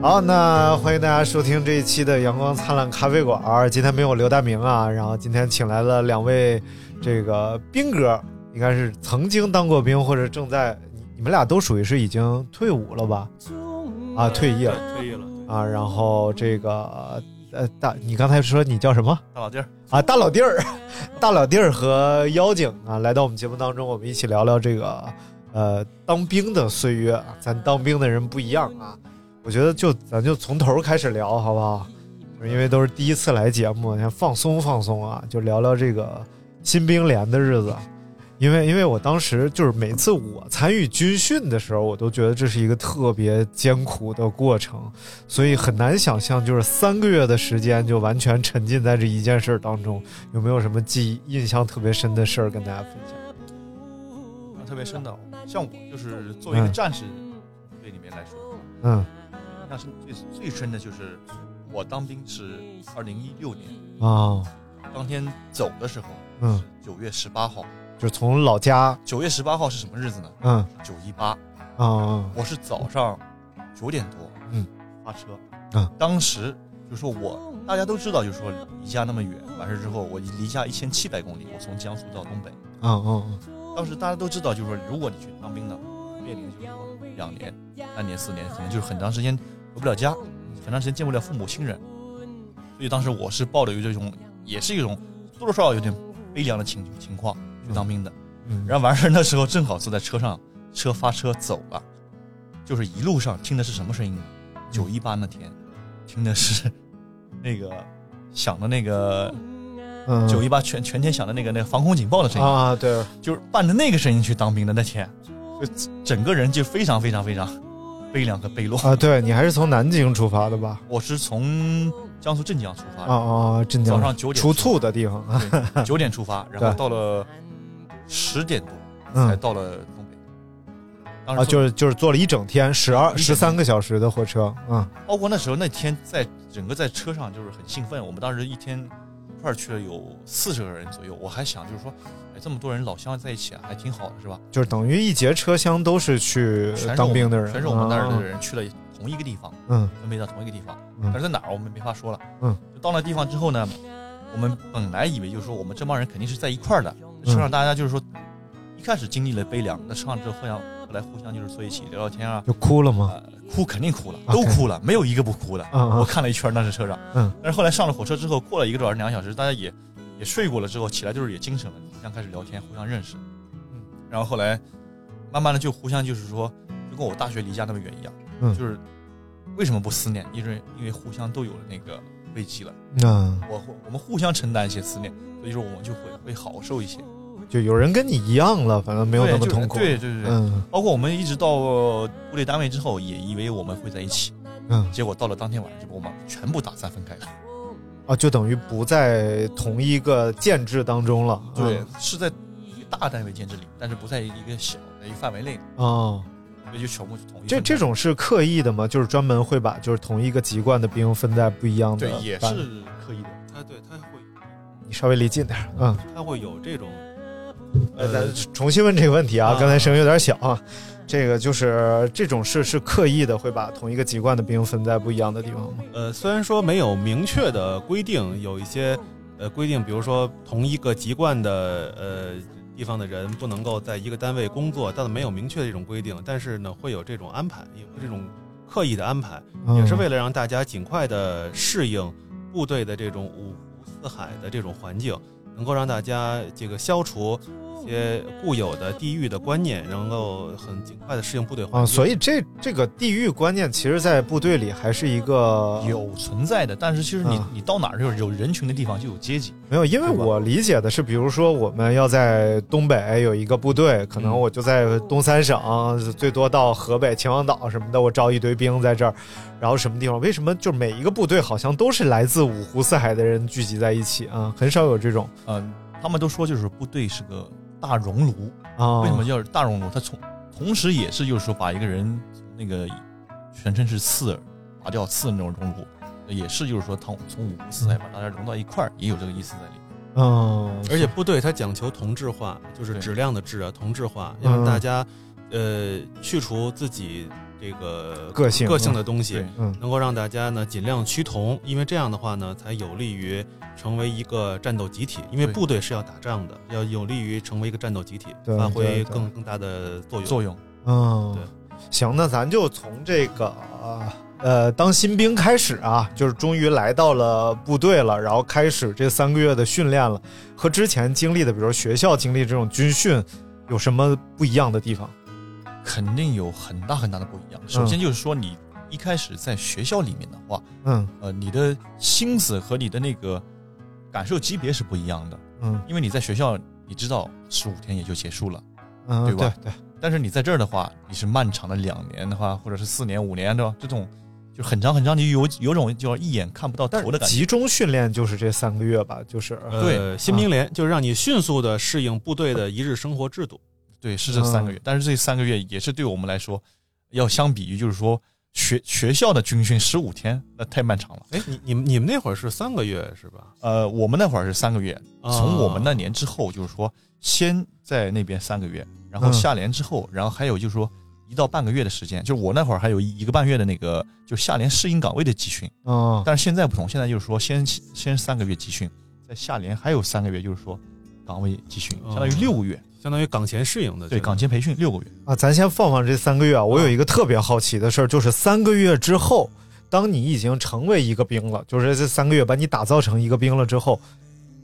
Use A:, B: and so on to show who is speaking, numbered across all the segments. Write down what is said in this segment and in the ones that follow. A: 好，那欢迎大家收听这一期的《阳光灿烂咖啡馆》。今天没有刘大明啊，然后今天请来了两位这个兵哥，应该是曾经当过兵或者正在，你你们俩都属于是已经退伍了吧？啊，退役了
B: 退役了，
A: 啊。然后这个呃大，你刚才说你叫什么
B: 大老弟儿，
A: 啊？大老弟儿， 大老弟儿和妖精啊，来到我们节目当中，我们一起聊聊这个呃当兵的岁月啊。咱当兵的人不一样啊。我觉得就咱就从头开始聊，好不好？就是因为都是第一次来节目，先放松放松啊，就聊聊这个新兵连的日子。因为因为我当时就是每次我参与军训的时候，我都觉得这是一个特别艰苦的过程，所以很难想象就是三个月的时间就完全沉浸在这一件事儿当中。有没有什么记忆印象特别深的事儿跟大家分享？
B: 印象特别深的。像我就是作为一个
A: 嗯
B: 战士队里面来说，
A: 嗯
B: 印象深最最深的就是我当兵是二零一六年，
A: 啊、
B: 当天走的时候，
A: 嗯，
B: 九月十八号。
A: 就从老家，
B: 九月十八号是什么日子呢？
A: 嗯啊
B: 九一八。
A: 啊、嗯
B: 我是早上九点多，
A: 嗯，
B: 发车，
A: 嗯
B: 当时就说我大家都知道，就说离家那么远，完事之后我离家一千七百公里，我从江苏到东北，
A: 嗯嗯
B: 当时大家都知道，就是说如果你去当兵呢，面临就是说两年、三年、四年，可能就是很长时间回不了家，很长时间见不了父母亲人，所以当时我是抱着有这种，也是一种多多少少有点悲凉的情情况去当兵的。
A: 嗯，
B: 然后完事儿那时候正好坐在车上，车发车走了，就是一路上听的是什么声音呢？九一八那天，听的是那个响的那个
A: 嗯
B: 九一八全全天响的那个那个防空警报的声音，
A: 啊，对，
B: 就是伴着那个声音去当兵的那天，就整个人就非常非常非常悲凉和悲落。
A: 啊，对你还是从南京出发的吧？
B: 我是从江苏镇江出
A: 啊
B: 发
A: 啊，镇江
B: 早上9点
A: 出醋的地方啊，
B: 的，九点出 发，然后到了十点多才
A: 嗯
B: 到了东北。当时
A: 啊，
B: 坐
A: 就是就是坐了一整天，十二
B: 一整天
A: 十三个小时的火车，嗯
B: 包括那时候那天在整个在车上就是很兴奋，我们当时一天一块儿去了有四十个人左右，我还想就是说，哎，这么多人老乡在一起啊，还挺好的是吧？
A: 就是等于一节车厢都是去
B: 全是我
A: 当
B: 们
A: 兵的人，
B: 全是我们那儿
A: 啊
B: 的，人去了同一个地方，
A: 嗯
B: 分配到同一个地方，
A: 嗯
B: 但是在哪儿我们没法说了。
A: 嗯，
B: 就到那地方之后呢，我们本来以为就是说我们这帮人肯定是在一块儿的，
A: 嗯
B: 车上大家就是说一开始经历了悲凉，那车上之后互相后来互相就是坐一起聊聊天啊，
A: 就哭了吗？
B: 呃，哭肯定哭了，都
A: OK
B: 哭了，没有一个不哭的。
A: 嗯嗯
B: 我看了一圈，当时车上，
A: 嗯，
B: 但是后来上了火车之后，过了一个多小时、两个小时，大家也也睡过了，之后起来就是也精神了，互相开始聊天，互相认识，
A: 嗯，
B: 然后后来慢慢的就互相就是说，就跟我大学离家那么远一样，
A: 嗯
B: 就是为什么不思念？因为因为互相都有了那个危机了，
A: 嗯，
B: 我我们互相承担一些思念，所以说我们就会会好受一些，
A: 就有人跟你一样了，反正没有那么
B: 对就是
A: 痛苦，
B: 对对对对，
A: 嗯
B: 包括我们一直到部队单位之后，也以为我们会在一起。
A: 嗯
B: 结果到了当天晚上，就把我们全部打散分开了。
A: 啊，就等于不在同一个建制当中了，嗯
B: 对，是在一个大单位建制里，但是不在一个小的一个范围内，
A: 啊，哦
B: 所以就全部就统一分开。
A: 这这种是刻意的吗？就是专门会把就是同一个籍贯的兵分在不一样的
B: 对也
A: 班
B: 是刻意的。
C: 哎，对，他会
A: 你稍微离近点儿，嗯。
C: 他会有这种
A: 呃，咱重新问这个问题啊，
C: 啊
A: 刚才声音有点小啊。这个就是这种事是刻意的，会把同一个籍贯的兵分在不一样的地方吗？
C: 呃，虽然说没有明确的规定，有一些呃规定，比如说同一个籍贯的呃地方的人不能够在一个单位工作，但没有明确的这种规定，但是呢，会有这种安排，有这种刻意的安排，
A: 嗯
C: 也是为了让大家尽快的适应部队的这种五湖四海的这种环境，能够让大家这个消除一些固有的地域的观念，能够很尽快的适应部队环境。
A: 啊，所以这这个地域观念，其实，在部队里还是一个
B: 有存在的，但是其实你、
A: 嗯
B: 你到哪儿就是有人群的地方就有阶级，
A: 没有，因为我理解的是，比如说我们要在东北有一个部队，可能我就在东三省，最多到河北秦皇岛什么的，我招一堆兵在这儿，然后什么地方？为什么就每一个部队好像都是来自五湖四海的人聚集在一起啊？很少有这种
B: 嗯，他们都说就是部队是个大熔炉，
C: 哦
A: 啊？
B: 为什么叫大熔炉？它从同时也是就是说把一个人从那个全身是刺儿拔掉刺那种熔炉，也是就是说他从五湖四
C: 嗯
B: 海把大家融到一块儿，也有这个意思在里面。
A: 嗯，
C: 而且部队它讲求同质化，就是
B: 对
C: 质量的质啊，同质化，
A: 嗯
C: 要让大家呃去除自己这个
A: 个性啊
C: 个性的东西
B: 对，
A: 嗯
C: 能够让大家呢尽量趋同，因为这样的话呢，才有利于成为一个战斗集体。因为
B: 对
C: 部队是要打仗的，要有利于成为一个战斗集体，
A: 对
C: 发挥
A: 对对
C: 更更大的作用。
B: 作用，
A: 嗯
C: 对，
A: 行，那咱就从这个呃当新兵开始啊，就是终于来到了部队了，然后开始这三个月的训练了，和之前经历的，比如说学校经历这种军训，有什么不一样的地方？
B: 肯定有很大很大的不一样。首
C: 嗯
B: 先就是说你一开始在学校里面的话，
A: 嗯
B: 呃，你的心思和你的那个感受级别是不一样的，
A: 嗯
B: 因为你在学校你知道十五天也就结束了。
A: 嗯，
B: 对吧
A: 对
B: 但是你在这儿的话，你是漫长的两年的话，或者是四年、五年，对吧？这种就很长很长，你有有种就要一眼看不到
A: 但
B: 头的
A: 是
B: 感觉。
A: 集中训练就是这三个月吧，就是嗯
C: 呃，新兵连就是让你迅速的适应部队的一日生活制度。
B: 对，是这三个
A: 嗯
B: 月，但是这三个月也是对我们来说，要相比于就是说学学校的军训十五天，那太漫长了。
C: 哎，你你们你们那会儿是三个月是吧？
B: 呃，我们那会儿是三个月，
C: 啊
B: 从我们那年之后，就是说先在那边三个月，然后
A: 嗯
B: 下联之后，然后还有就是说一到半个月的时间，就是我那会儿还有一一个半月的那个就下联适应岗位的集训。
A: 嗯
B: 但是现在不同，现在就是说先先三个月集训，在下联还有三个月，就是说岗位集训，
C: 哦
B: 相当于六个月，
C: 相当于岗前适应的
B: 对
C: 这个
B: 岗前培训六个月。
A: 啊，咱先放放这三个月
B: 嗯
A: 啊。我有一个特别好奇的事儿，就是三个月之后，当你已经成为一个兵了，就是这三个月把你打造成一个兵了之后，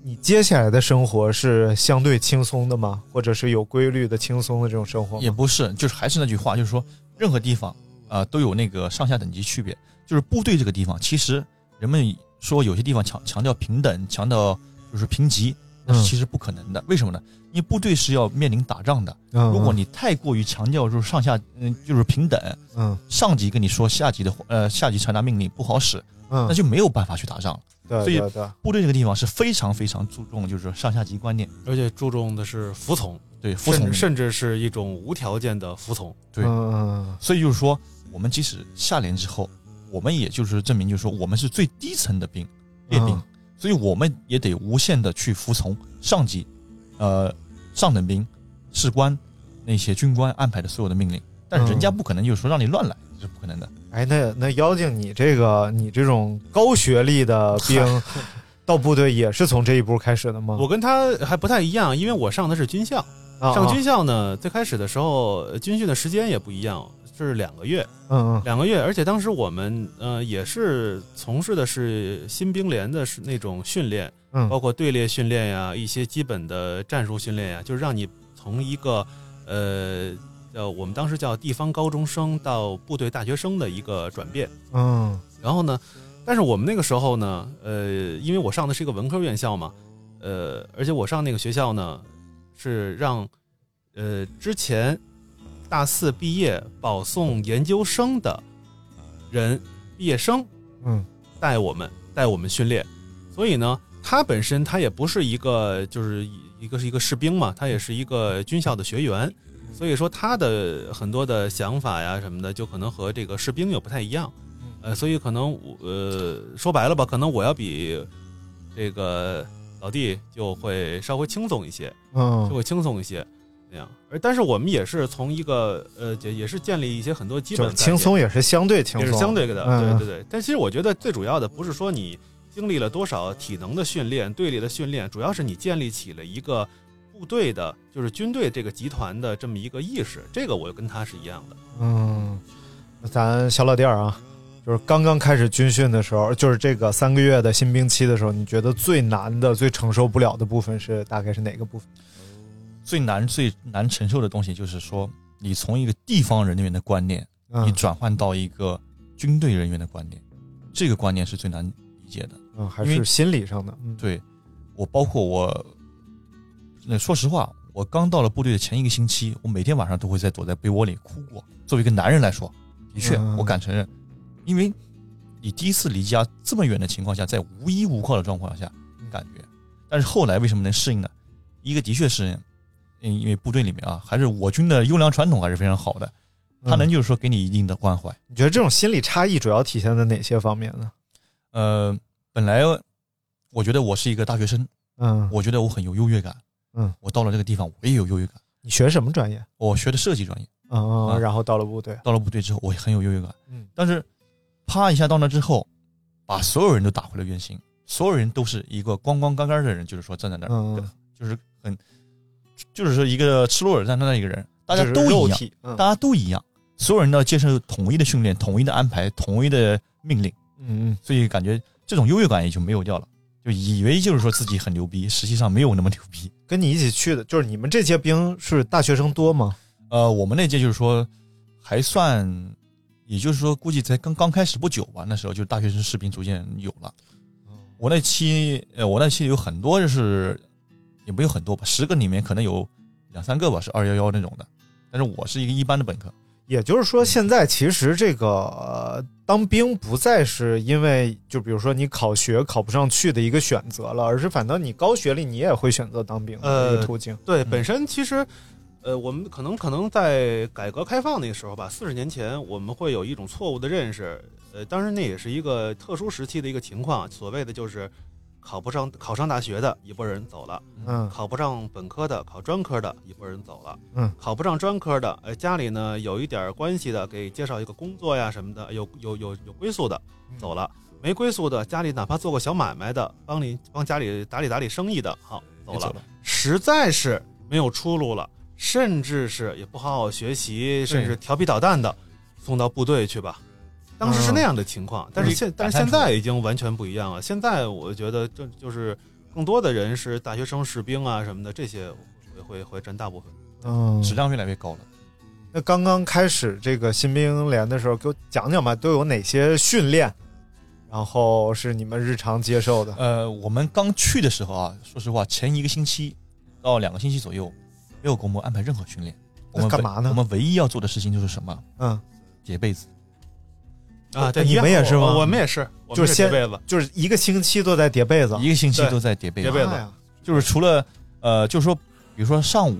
A: 你接下来的生活是相对轻松的吗？或者是有规律的轻松的这种生活吗？
B: 也不是，就是还是那句话，就是说任何地方啊、呃都有那个上下等级区别。就是部队这个地方，其实人们说有些地方强强调平等，强调就是平级，但是
A: 嗯
B: 其实不可能的。为什么呢？因为部队是要面临打仗的。
A: 嗯，
B: 如果你太过于强调就是上下嗯就是平等，
A: 嗯
B: 上级跟你说下级的话呃下级传达命令不好使，
A: 嗯，
B: 那就没有办法去打仗了。
A: 对
B: 所以
A: 对对，
B: 部队这个地方是非常非常注重就是上下级观念，
C: 而且注重的是服从，
B: 对服从
C: 甚至
B: 命令。
C: 甚至是一种无条件的服从。
B: 对
A: 嗯嗯
B: 所以就是说，我们即使下连之后，我们也就是证明，就是说我们是最低层的兵，列兵，
A: 嗯
B: 所以我们也得无限的去服从上级，呃，上等兵、士官那些军官安排的所有的命令。但是人家
A: 嗯
B: 不可能就是说让你乱来，这是不可能的。
A: 哎，那那妖精，你这个你这种高学历的 兵到部队也是从这一步开始的吗？
C: 我跟他还不太一样，因为我上的是军校。
A: 啊
C: 上
A: 啊
C: 军校呢，最开始的时候呃军训的时间也不一样，是两个月，
A: 嗯
C: 两个月。而且当时我们呃也是从事的是新兵连的是那种训练，
A: 嗯
C: 包括队列训练呀，一些基本的战术训练呀，就是让你从一个呃叫我们当时叫地方高中生到部队大学生的一个转变。
A: 嗯嗯
C: 然后呢，但是我们那个时候呢，呃，因为我上的是一个文科院校嘛，呃，而且我上那个学校呢，是让呃之前大四毕业保送研究生的人毕业生
A: 嗯
C: 带我们带我们训练，所以呢，他本身他也不是一个就是一一个是一个士兵嘛，他也是一个军校的学员，所以说他的很多的想法呀什么的，就可能和这个士兵又不太一样，呃，所以可能我呃说白了吧，可能我要比这个老弟就会稍微轻松一些，
A: 嗯
C: 就会轻松一些。那样，而但是我们也是从一个呃，也也是建立一些很多基本
A: 就是
C: 概
A: 轻
C: 念
A: 松也是相对轻
C: 也
A: 松，
C: 是相对的，
A: 嗯
C: 对对对。但其实我觉得最主要的不是说你经历了多少体能的训练、队列的训练，主要是你建立起了一个部部队的，就是军队这个集团的这么一个意识，这个我跟他是一样的。
A: 嗯，咱小老弟儿啊，就是刚刚开始军训的时候，就是这个三个月的新兵期的时候，你觉得最难的、最承受不了的部分是大概是哪个部分？
B: 最难最难承受的东西就是说，你从一个地方人员的观念，
A: 嗯
B: 你转换到一个军队人员的观念，这个观念是最难理解的。
A: 嗯，还
B: 因
A: 是
B: 为
A: 心理上的？嗯，
B: 对我，包括我，那说实话，我刚到了部队的前一个星期，我每天晚上都会在躲在被窝里哭过。作为一个男人来说，的确，
A: 嗯
B: 我敢承认，因为你第一次离家这么远的情况下，在无依无靠的状况下，
A: 嗯
B: 感觉。但是后来为什么能适应呢？一个的确是，嗯，因为部队里面啊，还是我军的优良传统还是非常好的，他能
A: 嗯
B: 就是说给你一定的关怀。
A: 你觉得这种心理差异主要体现在哪些方面呢？
B: 呃，本来我觉得我是一个大学生，
A: 嗯，
B: 我觉得我很有优越感。
A: 嗯，
B: 我到了这个地方，我也有优越感。
A: 你学什么专业？
B: 我学的设计专业，
A: 嗯
B: 啊
A: 嗯，然后到了部队，
B: 到了部队之后，我也很有优越感。
A: 嗯
B: 但是，啪一下到那之后，把所有人都打回了原形，所有人都是一个光光杆杆的人，就是说站在那儿，
A: 嗯，嗯
B: 就是很，就是说一个赤裸裸站在那一个人，大家都
A: 就是肉
B: 一样，
A: 体，嗯
B: 大家都一样，所有人都要接受统一的训练、统一的安排、统一的命令，
A: 嗯
B: 所以感觉这种优越感也就没有掉了。就以为就是说自己很牛逼，实际上没有那么牛逼。
A: 嗯，跟你一起去的，就是你们这届兵是大学生多吗？
B: 呃，我们那届就是说还算，也就是说估计才刚刚开始不久吧，那时候就是大学生士兵逐渐有了。
A: 嗯
B: 我那期呃，我那期有很多就是也没有很多吧，十个里面可能有两三个吧是二幺幺那种的，但是我是一个一般的本科。
A: 也就是说，现在其实这个、呃当兵不再是因为就比如说你考学考不上去的一个选择了，而是反倒你高学历你也会选择当兵的一个
C: 呃
A: 途径。
C: 对，
B: 嗯
C: 本身其实，呃，我们可能可能在改革开放那个时候吧，四十年前我们会有一种错误的认识，呃，当然那也是一个特殊时期的一个情况，所谓的就是考不上考上大学的一拨人走了，
A: 嗯
C: 考不上本科的考专科的一拨人走了，
A: 嗯，
C: 考不上专科的，呃，家里呢有一点关系的给介绍一个工作呀什么的，有有有有归宿的
A: 嗯
C: 走了。没归宿的，家里哪怕做个小买卖的，帮你帮家里打理打理生意的，好走了。
B: 了，
C: 实在是没有出路了，甚至是也不好好学习，甚至调皮捣蛋的，送到部队去吧。当时是那样的情
A: 嗯
C: 况，但是
A: 哎
C: 现但是现在已经完全不一样了。现在我觉得这就是更多的人是大学生、士兵啊什么的，这些会会会占大部分。
A: 嗯，
B: 质量越来越高了。
A: 那刚刚开始这个新兵连的时候，给我讲讲吧，都有哪些训练？然后是你们日常接受的，
B: 呃，我们刚去的时候啊，说实话，前一个星期到两个星期左右，没有给我们安排任何训练。
A: 那
B: 我们
A: 干
B: 唯
A: 嘛呢
B: 我们唯一要做的事情就是什么？
A: 嗯，
B: 叠被子。
C: 啊，对，
A: 你们
C: 一样
A: 也是吗
C: 我我们也是，我
A: 就
C: 们
A: 是先
C: 这辈子
A: 就是一个星期都在叠被子，
B: 一个星期
C: 对
B: 都在叠被
C: 叠
B: 子
C: 被，
A: 妈呀
B: 就是除了呃，就是说，比如说上午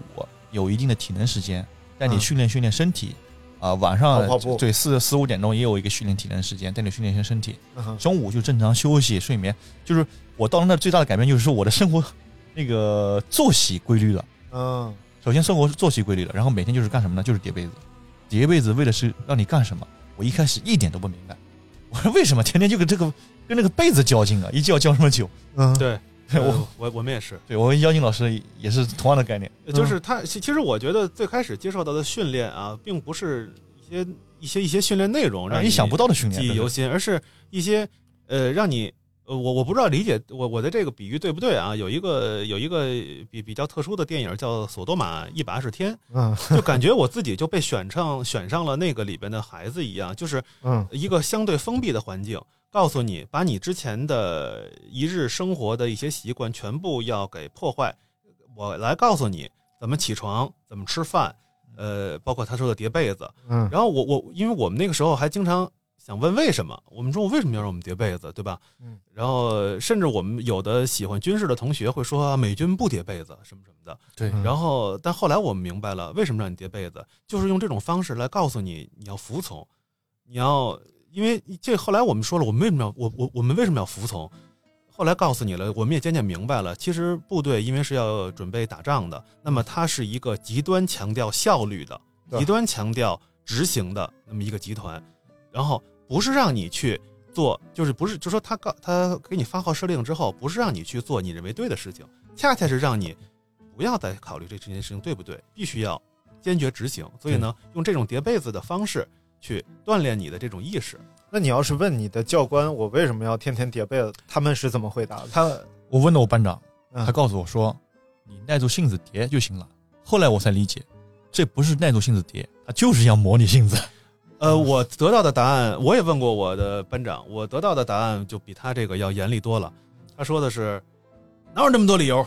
B: 有一定的体能时间，带你
A: 嗯
B: 训练训练身体，啊、晚上
A: 跑跑步
B: 对四四五点钟也有一个训练体能时间，带你训练一下身体。
A: 嗯
B: 中午就正常休息睡眠，就是我到了那儿最大的改变就是说我的生活那个作息规律了。
A: 嗯，
B: 首先生活是作息规律了，然后每天就是干什么呢？就是叠被子。叠被子为的是让你干什么？我一开始一点都不明白，我说为什么天天就跟这个跟这个被子较劲啊？一较较这么久，
A: 嗯
C: 对。
B: 我
C: 呃我我们也是，
B: 对我跟妖精老师也是同样的概念。
A: 嗯
C: 就是他其其实我觉得最开始接受到的训练啊，并不是一些一些一些训练内容让
A: 啊
B: 让你想不到的训练，
C: 记忆
B: 对
C: 犹新，而是一些呃让你呃我我不知道理解我我的这个比喻对不对啊？有一个有一个比比较特殊的电影叫《索多玛一百二十天
A: 嗯》，
C: 就感觉我自己就被选上选上了那个里边的孩子一样，就是
A: 嗯
C: 一个相对封闭的环境，告诉你把你之前的一日生活的一些习惯全部要给破坏，我来告诉你怎么起床，怎么吃饭，呃，包括他说的叠被子，
A: 嗯，
C: 然后我我因为我们那个时候还经常想问为什么，我们说为什么要让我们叠被子，对吧？
A: 嗯。
C: 然后甚至我们有的喜欢军事的同学会说、啊美军不叠被子什么什么的。
B: 对
A: 嗯
C: 然后但后来我们明白了，为什么让你叠被子，就是用这种方式来告诉你你要服从，你要因为这后来我们说了，我们为什么要我我我们为什么要服从？后来告诉你了，我们也渐渐明白了，其实部队因为是要准备打仗的，那么它是一个极端强调效率的、
A: 对
C: 极端强调执行的那么一个集团，然后不是让你去做，就是不是就说他告他给你发号施令之后，不是让你去做你认为对的事情，恰恰是让你不不要再考虑这这件事情对不对，必须要坚决执行。所以呢，用这种叠被子的方式去锻炼你的这种意识。
A: 那你要是问你的教官，我为什么要天天叠被子，他们是怎么回答的？他
B: 我问了我班长，
A: 嗯
B: 他告诉我说，你耐住性子叠就行了。后来我才理解，这不是耐住性子叠，他就是要磨你性子。
C: 呃，
A: 嗯
C: 我得到的答案，我也问过我的班长，我得到的答案就比他这个要严厉多了。他说的是，哪有那么多理由？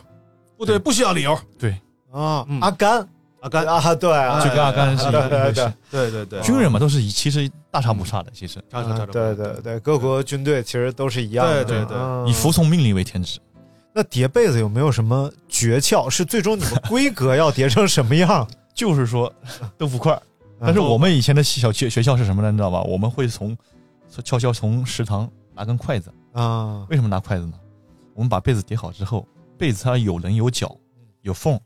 C: 部队不需要理由。
B: 对，
A: 啊
C: 嗯，
A: 阿甘
C: 阿甘，
A: 嗯啊，对啊，
B: 就跟阿甘是一
A: 对对
B: 回
A: 对
B: 事。
C: 对对对，
B: 军人嘛，都是一其实大差不差的。其实
C: 差不多差
A: 啊
C: 不多
A: 对对对，各国军队其实都是一样的。
C: 对对对
A: 嗯
B: 以服从命令为天职。
A: 那叠被子有没有什么诀窍？是最终你们规格要叠成什么样？
B: 就 是说豆腐块儿。
C: 嗯
B: 但是我们以前的小学学校是什么呢？你知道吧？我们会从悄悄从食堂拿根筷子。
A: 啊，
B: 为什么拿筷子呢？我们把被子叠好之后，被子它有棱有角，有缝，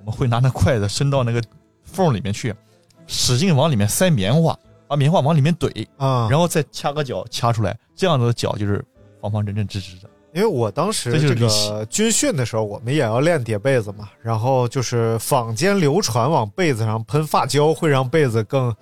B: 我们会拿那筷子伸到那个缝里面去，使劲往里面塞棉花，把棉花往里面怼，
A: 啊，
B: 然后再掐个角掐出来，这样子的角就是方方正正直直的。
A: 因为我当时
B: 这就是
A: 这
B: 利息
A: 个军训的时候，我们也要练叠被子嘛，然后就是坊间流传往被子上喷发胶会让被子更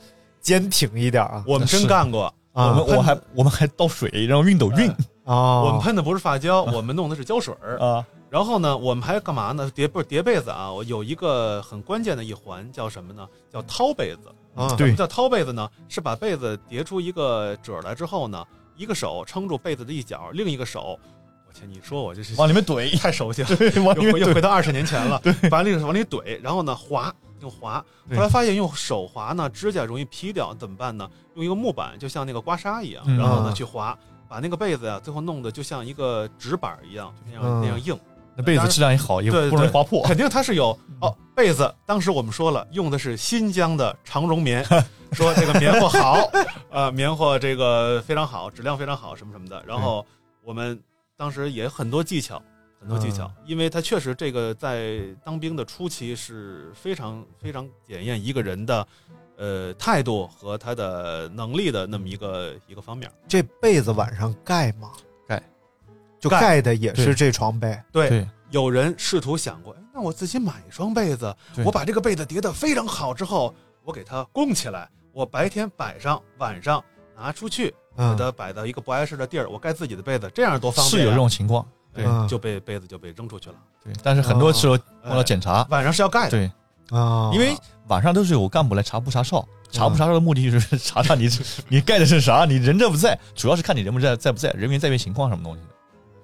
A: 坚挺一点啊。
C: 我们真干 过。
A: 啊
B: 我们我还我们还倒水，然后熨斗熨
A: 啊，
C: 我们喷的不是发胶，
A: 哦
C: 我们弄的是胶水儿。
B: 啊，
C: 然后呢，我们还干嘛呢？叠不是叠被子啊？我有一个很关键的一环叫什么呢？叫掏被子。
A: 啊
B: 对
C: 什么叫掏被子呢？是把被子叠出一个褶儿来之后呢，一个手撑住被子的一角，另一个手，我天，你说我这是
B: 往里面怼，
C: 太熟悉了，
B: 往里面
C: 又又回
B: 怼，
C: 到二十年前 了，把那个往里怼，然后呢划用划，后来发现用手划呢指甲容易劈掉，怎么办呢？用一个木板，就像那个刮痧一样，
B: 嗯
C: 然后呢
A: 啊
C: 去划，把那个被子呀、最后弄得就像一个纸板一样，那样、
A: 嗯
C: 那样硬。
B: 那被子质量也好，也
C: 对对
B: 不容易划破。
C: 肯定它是有哦，被子当时我们说了，用的是新疆的长绒棉， 说这个棉花好，呃，棉花这个非常好，质量非常好，什么什么的。然后我们当时也很多技巧，很多技巧，因为它确实这个在当兵的初期是非常非常检验一个人的。呃，态度和他的能力的那么一个一个方面，
A: 这被子晚上盖吗？
B: 盖，
A: 就
C: 盖
A: 盖的也是
B: 对
A: 这床被。
C: 对
B: 对，
C: 有人试图想过，哎那我自己买一双被子，
B: 对
C: 我把这个被子叠得非常好之后，我给它供起来，我白天摆上，晚上拿出去，
A: 嗯
C: 给它摆到一个不碍事的地儿，我盖自己的被子，这样多方
B: 是
C: 便、啊。
B: 有这种情况，
C: 对，
A: 嗯
C: 就被被子就被扔出去了。
B: 对，但是很多时候
C: 啊
B: 忘了检查，
C: 晚上是要盖的，
B: 对，
A: 啊，
B: 因为晚上都是有干部来查不查哨，
A: 嗯
B: 查不查哨的目的就是 查查你 你盖的是啥，你人在不在，主要是看你人不在在不在，人员在位情况什么东西。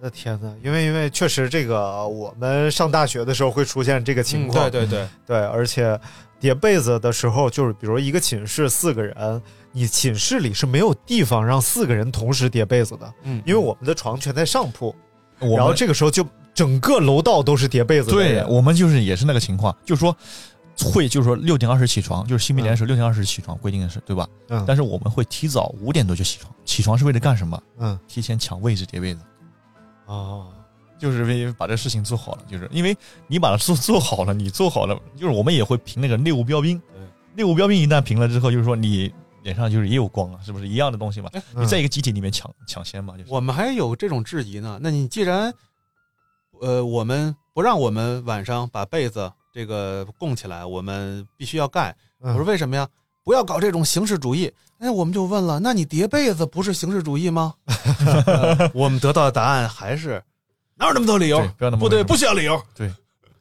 A: 我的天呐，因为因为确实这个我们上大学的时候会出现这个情况，
C: 嗯对对对，
A: 对而且叠被子的时候，就是比如一个寝室四个人，你寝室里是没有地方让四个人同时叠被子的，
C: 嗯
A: 因为我们的床全在上铺，
B: 我们
A: 然后这个时候就整个楼道都是叠被子的
B: 对
A: 人，
B: 我们就是也是那个情况，就是说会就是说六点二十起床，就是新民联的时候六点二十起床规定的是对吧？
A: 嗯
B: 但是我们会提早五点多就起床，起床是为了干什么？
A: 嗯
B: 提前抢位置叠被子。
A: 哦，
B: 就是为把这事情做好了，就是因为你把它做做好了，你做好了，就是我们也会评那个内务标兵
C: 对，
B: 内务标兵一旦评了之后，就是说你脸上就是也有光了，啊是不是一样的东西嘛？你在一个集体里面抢抢先嘛，就是
C: 我们还有这种质疑呢。那你既然，呃，我们不让我们晚上把被子这个供起来，我们必须要盖。
A: 嗯
C: 我说为什么呀？不要搞这种形式主义。哎，我们就问了，那你叠被子不是形式主义 吗？呃我们得到的答案还是哪有那么多理由
B: 对？不要那么
C: 部队
B: 为什么
C: 不需要理由
A: 对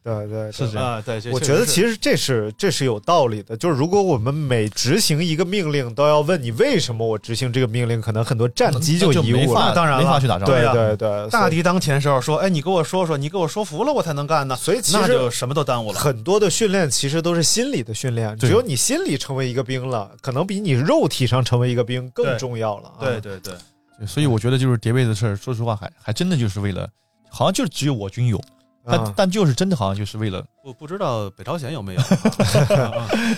A: 对对
B: 是这样
C: 啊！对，
A: 我觉得其
C: 实
A: 实这是这是有道理的，就是如果我们每执行一个命令，都要问你为什么我执行这个命令，可能很多战机
B: 那就
A: 贻
B: 没
A: 误
B: 法
A: 了。
C: 当然了
B: 没法去打仗，
A: 对
C: 啊
A: 对对，
C: 大
A: 所以
C: 敌当前时候说，哎，你给我说说，你给我说服了，我才能干呢。
A: 所以其实
C: 那就什么都耽误了。
A: 很多的训练其实都是心理的训练，
B: 对
A: 只有你心里成为一个兵了，可能比你肉体上成为一个兵
C: 对
A: 更重要了、啊。
C: 对对对，
B: 对所以我觉得就是叠被子的事儿，说实话还还真的就是为了，好像就只有我军有，但、
A: 啊，
B: 但就是真的好像就是为了，
C: 我不知道北朝鲜有没有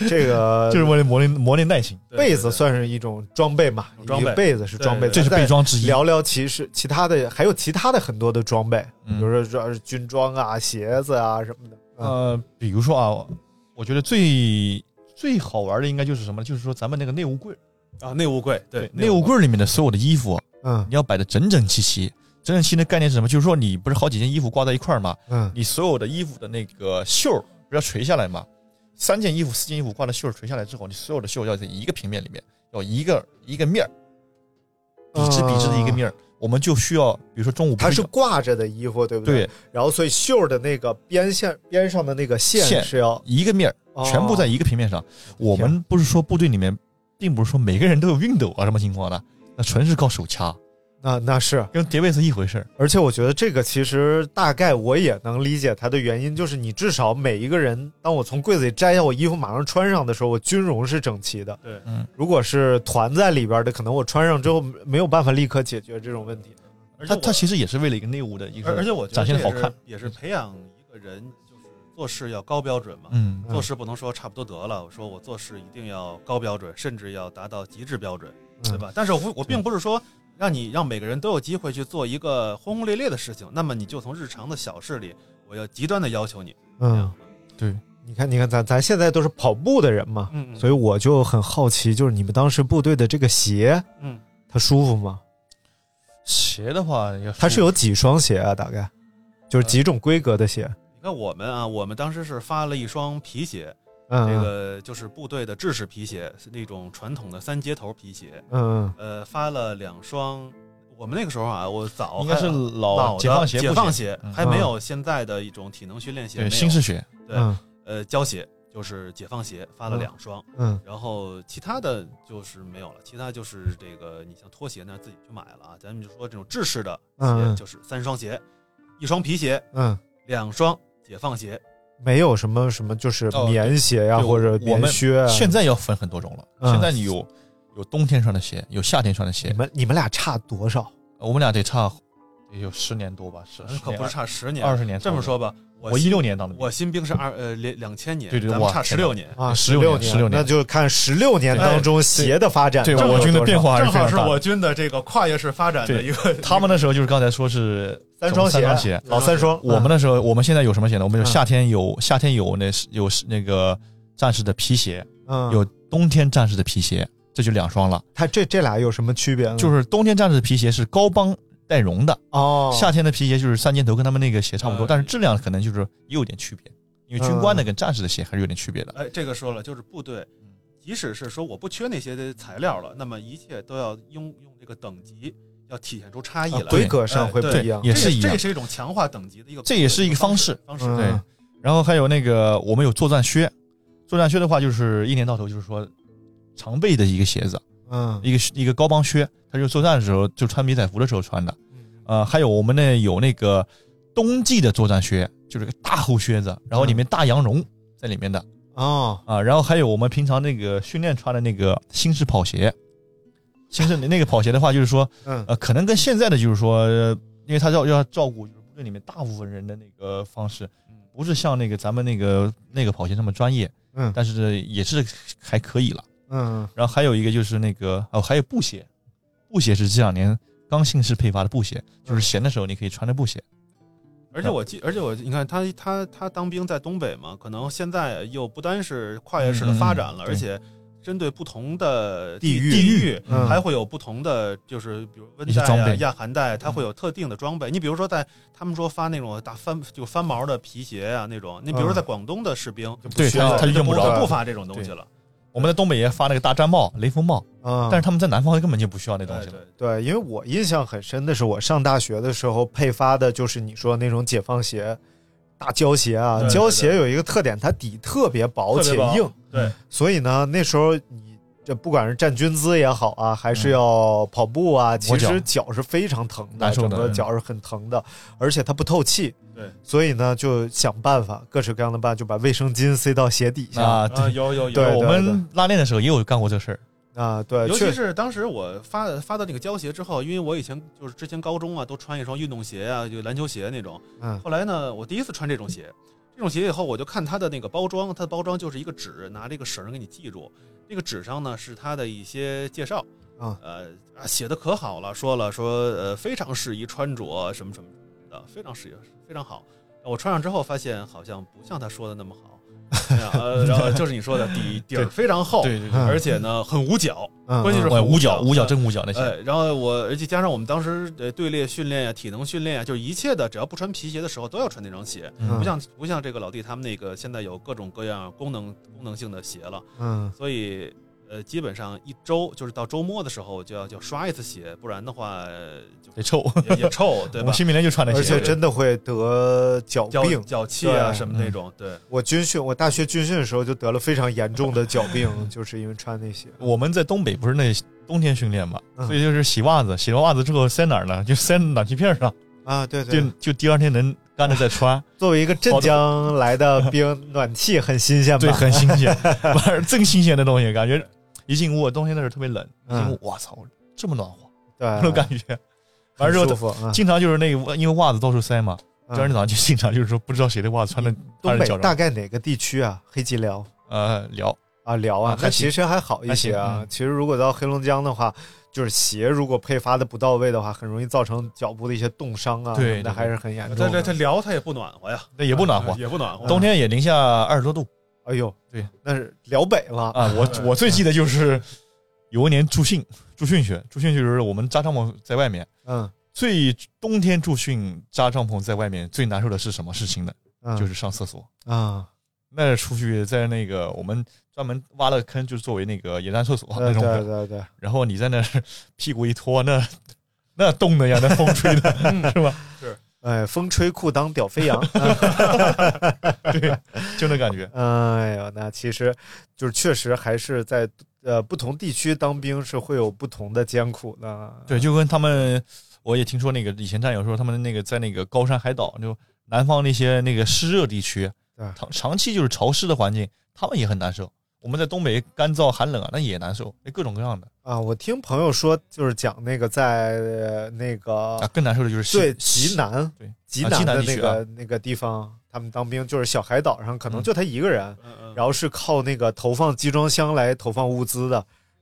A: 这
C: 呃
A: 个
B: 就是为了磨练磨练耐心，
A: 被子算是一种装备嘛，
C: 装备
A: 一个被子是装备，
C: 对
B: 这是
A: 咱再
B: 备装之一。
A: 聊聊其实其他的还有其他的很多的装备，
B: 嗯
A: 比如说说是军装啊、鞋子啊什么的。嗯
B: 呃，比如说啊，我我觉得最最好玩的应该就是什么呢？就是说咱们那个内务柜。
C: 啊，内务柜对
B: 内务柜里面的所有的衣服，
A: 嗯
B: 你要摆的整整齐齐，责任心的概念是什么？就是说你不是好几件衣服挂在一块儿吗？
A: 嗯，
B: 你所有的衣服的那个袖儿不是要垂下来吗？三件衣服、四件衣服挂的袖儿垂下来之后，你所有的袖儿要在一个平面里面，要一个一个面儿，笔直笔直的一个面儿。我们就需要，比如说中午不
A: 啊它是
B: 有
A: 挂着的衣服，对不
B: 对
A: 然后所以袖的那个边线边上的那个线
B: 线
A: 是要
B: 一个面
A: 哦
B: 儿，全部在一个平面上。我们不是说部队里面，并不是说每个人都有熨斗啊什么情况的，那纯是靠手掐，
A: 那那是，
B: 跟叠被是一回事儿。
A: 而且我觉得这个其实大概我也能理解它的原因，就是你至少每一个人，当我从柜子里摘下我衣服马上穿上的时候，我军容是整齐的。
C: 对，
B: 嗯，
A: 如果是团在里边的，可能我穿上之后没有办法立刻解决这种问题。
B: 他他其实也是为了一个内务的一
C: 而而
B: 个，
C: 且我觉得
B: 展现的
C: 这
B: 好
C: 也是
B: 看，
C: 也是培养一个人就是做事要高标准嘛。
B: 嗯，
C: 做事不能说差不多得了，我说我做事一定要高标准，甚至要达到极致标准，对吧？但是我不我并不是说让你让每个人都有机会去做一个轰轰烈烈的事情，那么你就从日常的小事里，我要极端的要求你。
A: 嗯，
B: 对，
A: 你看，你看，咱咱现在都是跑步的人嘛，
C: 嗯嗯
A: 所以我就很好奇，就是你们当时部队的这个鞋，
C: 嗯，
A: 它舒服吗？
B: 鞋的话也
A: 它是有几双鞋啊？大概就是
B: 呃
A: 几种规格的鞋？
C: 你看我们啊，我们当时是发了一双皮鞋，
A: 嗯，
C: 这个就是部队的制式皮鞋，是那种传统的三接头皮鞋。
A: 嗯，
C: 呃，发了两双。我们那个时候啊，我早
B: 应该是
C: 还的
B: 老解放鞋，
C: 哦解放
B: 布
C: 鞋
B: 嗯
C: 还没有现在的一种体能训练鞋，没
B: 对
C: 有
B: 新式鞋，
C: 对，
A: 嗯
C: 呃，胶鞋就是解放鞋，发了两双，
A: 嗯
C: 然后其他的就是没有了，其他就是这个你像拖鞋那自己去买了啊，咱们就说这种制式的
A: 嗯
C: 鞋就是三双鞋，一双皮鞋，
A: 嗯，
C: 两双解放鞋，
A: 没有什么什么就是
B: 哦
A: 棉鞋呀、
B: 对
A: 或者
B: 我
A: 棉靴啊。
B: 现在要分很多种了。
A: 嗯
B: 现在你有有冬天穿的鞋，有夏天穿的
A: 你
B: 鞋。
A: 们你们俩差多少？
B: 我们俩得差得有十年多吧，是
C: 可不是差十年
B: 二十年。
C: 这么说，吧，
B: 我一
C: 新
B: 六年当的兵，
C: 我新兵是二呃两两千年，
B: 对对
C: 咱们
B: 哇
C: 差十
B: 天哪
C: 六年。
A: 啊，
B: 16
A: 六
B: 年
A: 年，
B: 16年
A: 那就看十六年当中鞋的发展，
B: 对
A: 有
B: 我军
A: 多
B: 的
A: 少
B: 变化还
C: 正
B: 是非
C: 好
B: 常
C: 是
B: 大的。
C: 我军的这个跨越式发展的
B: 对
C: 一个
B: 他们那时候就是刚才说是
A: 三双
B: 三双
A: 鞋
B: 鞋，
A: 老三双。
B: 我们那时
C: 嗯
B: 候我们现在有什么鞋呢？我们有
A: 嗯
B: 夏天有夏天有那有那个战士的皮鞋，
A: 嗯，
B: 有冬天战士的皮鞋，这就两双了。
A: 它这这俩有什么区别呢？
B: 就是冬天战士的皮鞋是高帮带绒的，
A: 哦，
B: 夏天的皮鞋就是三尖头，跟他们那个鞋差不多，
C: 呃
B: 但是质量可能就是也有点区别，因为军官的跟战士的鞋还是有点区别的。
C: 哎，这个说了，就是部队，即使是说我不缺那些的材料了，那么一切都要用用这个等级，要体现出差异
A: 啊
C: 来。哎
A: 规格上会不
C: 对
A: 一样。
B: 也是一
C: 这
B: 样
C: 也是一种强化等级的一个，
B: 这也是一个方式
C: 方式。
A: 嗯
B: 对，然后还有那个我们有作战靴，作战靴的话就是一年到头就是说常备的一个鞋子，
A: 嗯
B: 一个一个高帮靴，它就是作战的时候就穿迷彩服的时候穿的。呃，还有我们那有那个冬季的作战靴，就是个大厚靴子，然后里面大羊绒在里面的
A: 哦，
B: 啊，然后还有我们平常那个训练穿的那个新式跑鞋，新式那个跑鞋的话，就是说
A: 嗯
B: 呃，可能跟现在的就是说，呃因为他要要照顾就是部队里面大部分人的那个方式，不是像那个咱们那个那个跑鞋那么专业，
A: 嗯
B: 但是也是还可以了。
A: 嗯
B: 然后还有一个就是那个哦，还有布鞋，布鞋是这两年刚性式配发的布鞋，
A: 嗯
B: 就是闲的时候你可以穿着布鞋。
C: 而且我记，而且我你看他他他当兵在东北嘛，可能现在又不单是跨越式的发展了，
B: 嗯嗯
C: 而且针对不同的
A: 地域
C: 域地域
A: 嗯
C: 还会有不同的，就是比如温
B: 一些
C: 带
B: 装
C: 啊、
B: 备嗯
C: 亚寒带，它会有特定的装备。你比如说在他们说发那种大翻就翻毛的皮鞋啊那种，你比如说在广东的士兵就不
B: 对
C: 需要
B: 他他就用不着
C: 不发这种东西了。
B: 我们在东北也发那个大毡帽、雷锋帽，
A: 嗯，
B: 但是他们在南方根本就不需要那
C: 对
B: 东西
C: 对
B: 了。
A: 对，因为我印象很深的是，我上大学的时候配发的就是你说那种解放鞋、大胶鞋啊。
C: 对对
A: 胶鞋有一个特点，它底特别薄且
C: 特别薄
A: 硬，
C: 对，
A: 所以呢，那时候你这不管是站军姿也好啊，还
C: 嗯
A: 是要跑步啊，其
B: 磨脚
A: 实脚是非常疼的，
B: 难受
A: 整
B: 的
A: 个脚是很疼的，而且它不透气。
C: 嗯对，
A: 所以呢，就想办法，各式各样的办法，就把卫生巾塞到鞋底下
B: 啊，
C: 啊，有有有，
A: 对对
B: 我们拉练的时候也有干过这事儿。
A: 啊。对，
C: 尤
A: 确
C: 其是当时我发发到那个胶鞋之后，因为我以前就是之前高中啊都穿一双运动鞋啊，就篮球鞋那种。
A: 嗯
C: 后来呢，我第一次穿这种鞋，这种鞋以后我就看它的那个包装，它的包装就是一个纸，拿这个绳儿给你系住。那个纸上呢是它的一些介绍，
A: 啊
C: 呃啊写的可好了，说了说呃非常适宜穿着什么什么的，非常适宜，非常好。我穿上之后发现好像不像他说的那 么好，哎呀呃，然后就是你说的底底儿非常厚，
B: 对
A: 嗯
C: 而且呢很捂脚，嗯关键是
B: 哎
C: 很
B: 捂脚，
C: 无聊
B: 捂脚真捂脚那些。
C: 呃，然后我而且加上我们当时呃队列训练呀、体能训练呀，就是一切的，只要不穿皮鞋的时候都要穿那双鞋，
A: 嗯
C: 不像不像这个老弟他们那个现在有各种各样功能功能性的鞋了，
A: 嗯
C: 所以呃基本上一周就是到周末的时候就要就要刷一次鞋，不然的话呃就
B: 得臭，
C: 也也臭，对吧
B: 我？新米连就穿那鞋，
A: 而且真的会得脚
C: 脚
A: 病、
C: 脚气啊
A: 对
C: 什么那种，对。
A: 我军训，我大学军训的时候就得了非常严重的脚病， 就是因为穿那鞋。
B: 我们在东北不是那冬天训练嘛，
A: 嗯
B: 所以就是洗袜子，洗完袜子之后塞哪儿呢？就塞暖气片上，
A: 啊，对
B: 就
A: 对，
B: 就第二天能干着再穿，
A: 作为一个镇江来的兵，暖气很新鲜吧？
B: 对，很新鲜， 玩儿真新鲜的东西，感觉一进屋，冬天的时候特别冷，一进屋，我操，这么暖和，
A: 对，
B: 那种感觉。完了之
A: 嗯很舒
B: 后，
A: 服啊。
B: 经常就是那个，因为袜子到处塞嘛，第
A: 嗯
B: 二天早上就经常就是说不知道谁的袜子穿在他
A: 东
B: 人
A: 北
B: 脚上
A: 大，概哪个地区啊？黑吉辽
B: 呃，聊
A: 啊，辽啊
B: 啊，
A: 那
B: 还
A: 其
B: 行
A: 实还好一些
B: 还行
A: 啊
B: 嗯。
A: 其实如果到黑龙江的话，就是鞋如果配发的不到位的话，很容易造成脚部的一些冻伤啊，
B: 对
A: 什么的
B: 对
A: 还是很严重
C: 这这这
A: 的。
C: 聊它也不暖和呀，
B: 那啊也不暖和，
C: 也不暖和。
B: 冬天也零下二十多度
A: 哎呦，
B: 对，
A: 那是辽北了。
B: 啊。我我最记得就是有一年驻训，驻训去，驻训就是我们扎帐篷在外面。
A: 嗯
B: 最冬天驻训扎帐篷在外面最难受的是什么事情呢？
A: 嗯，
B: 就是上厕所。
A: 啊，
B: 那出去在那个我们专门挖了坑，就是作为那个野战厕所那
A: 对
B: 种
A: 对
B: 的。
A: 对对，
B: 然后你在那儿 屁股一拖，那那冻的呀，那风吹的是吧？
A: 哎，风吹裤裆屌飞扬。
B: 对，就那感觉。
A: 哎呦，那其实就是确实还是在呃不同地区当兵是会有不同的艰苦的。
B: 对，就跟他们，我也听说那个以前战友说，他们那个在那个高山海岛，就南方那些那个湿热地区，
A: 对
B: 长长期就是潮湿的环境，他们也很难受。我们在东北干燥寒冷啊，那也难受，那各种各样的。
A: 啊，我听朋友说，就是讲那个在呃那个
B: 啊，更难受的就是西
A: 对极，南
B: 对
A: 极
B: 啊极
A: 南
B: 南
A: 的
B: 地
A: 那
B: 区
A: 个那个地方，他们当兵就是小海岛上，可能就他一个人，
C: 嗯嗯
A: 然后是靠那个投放集装箱来投放物资的，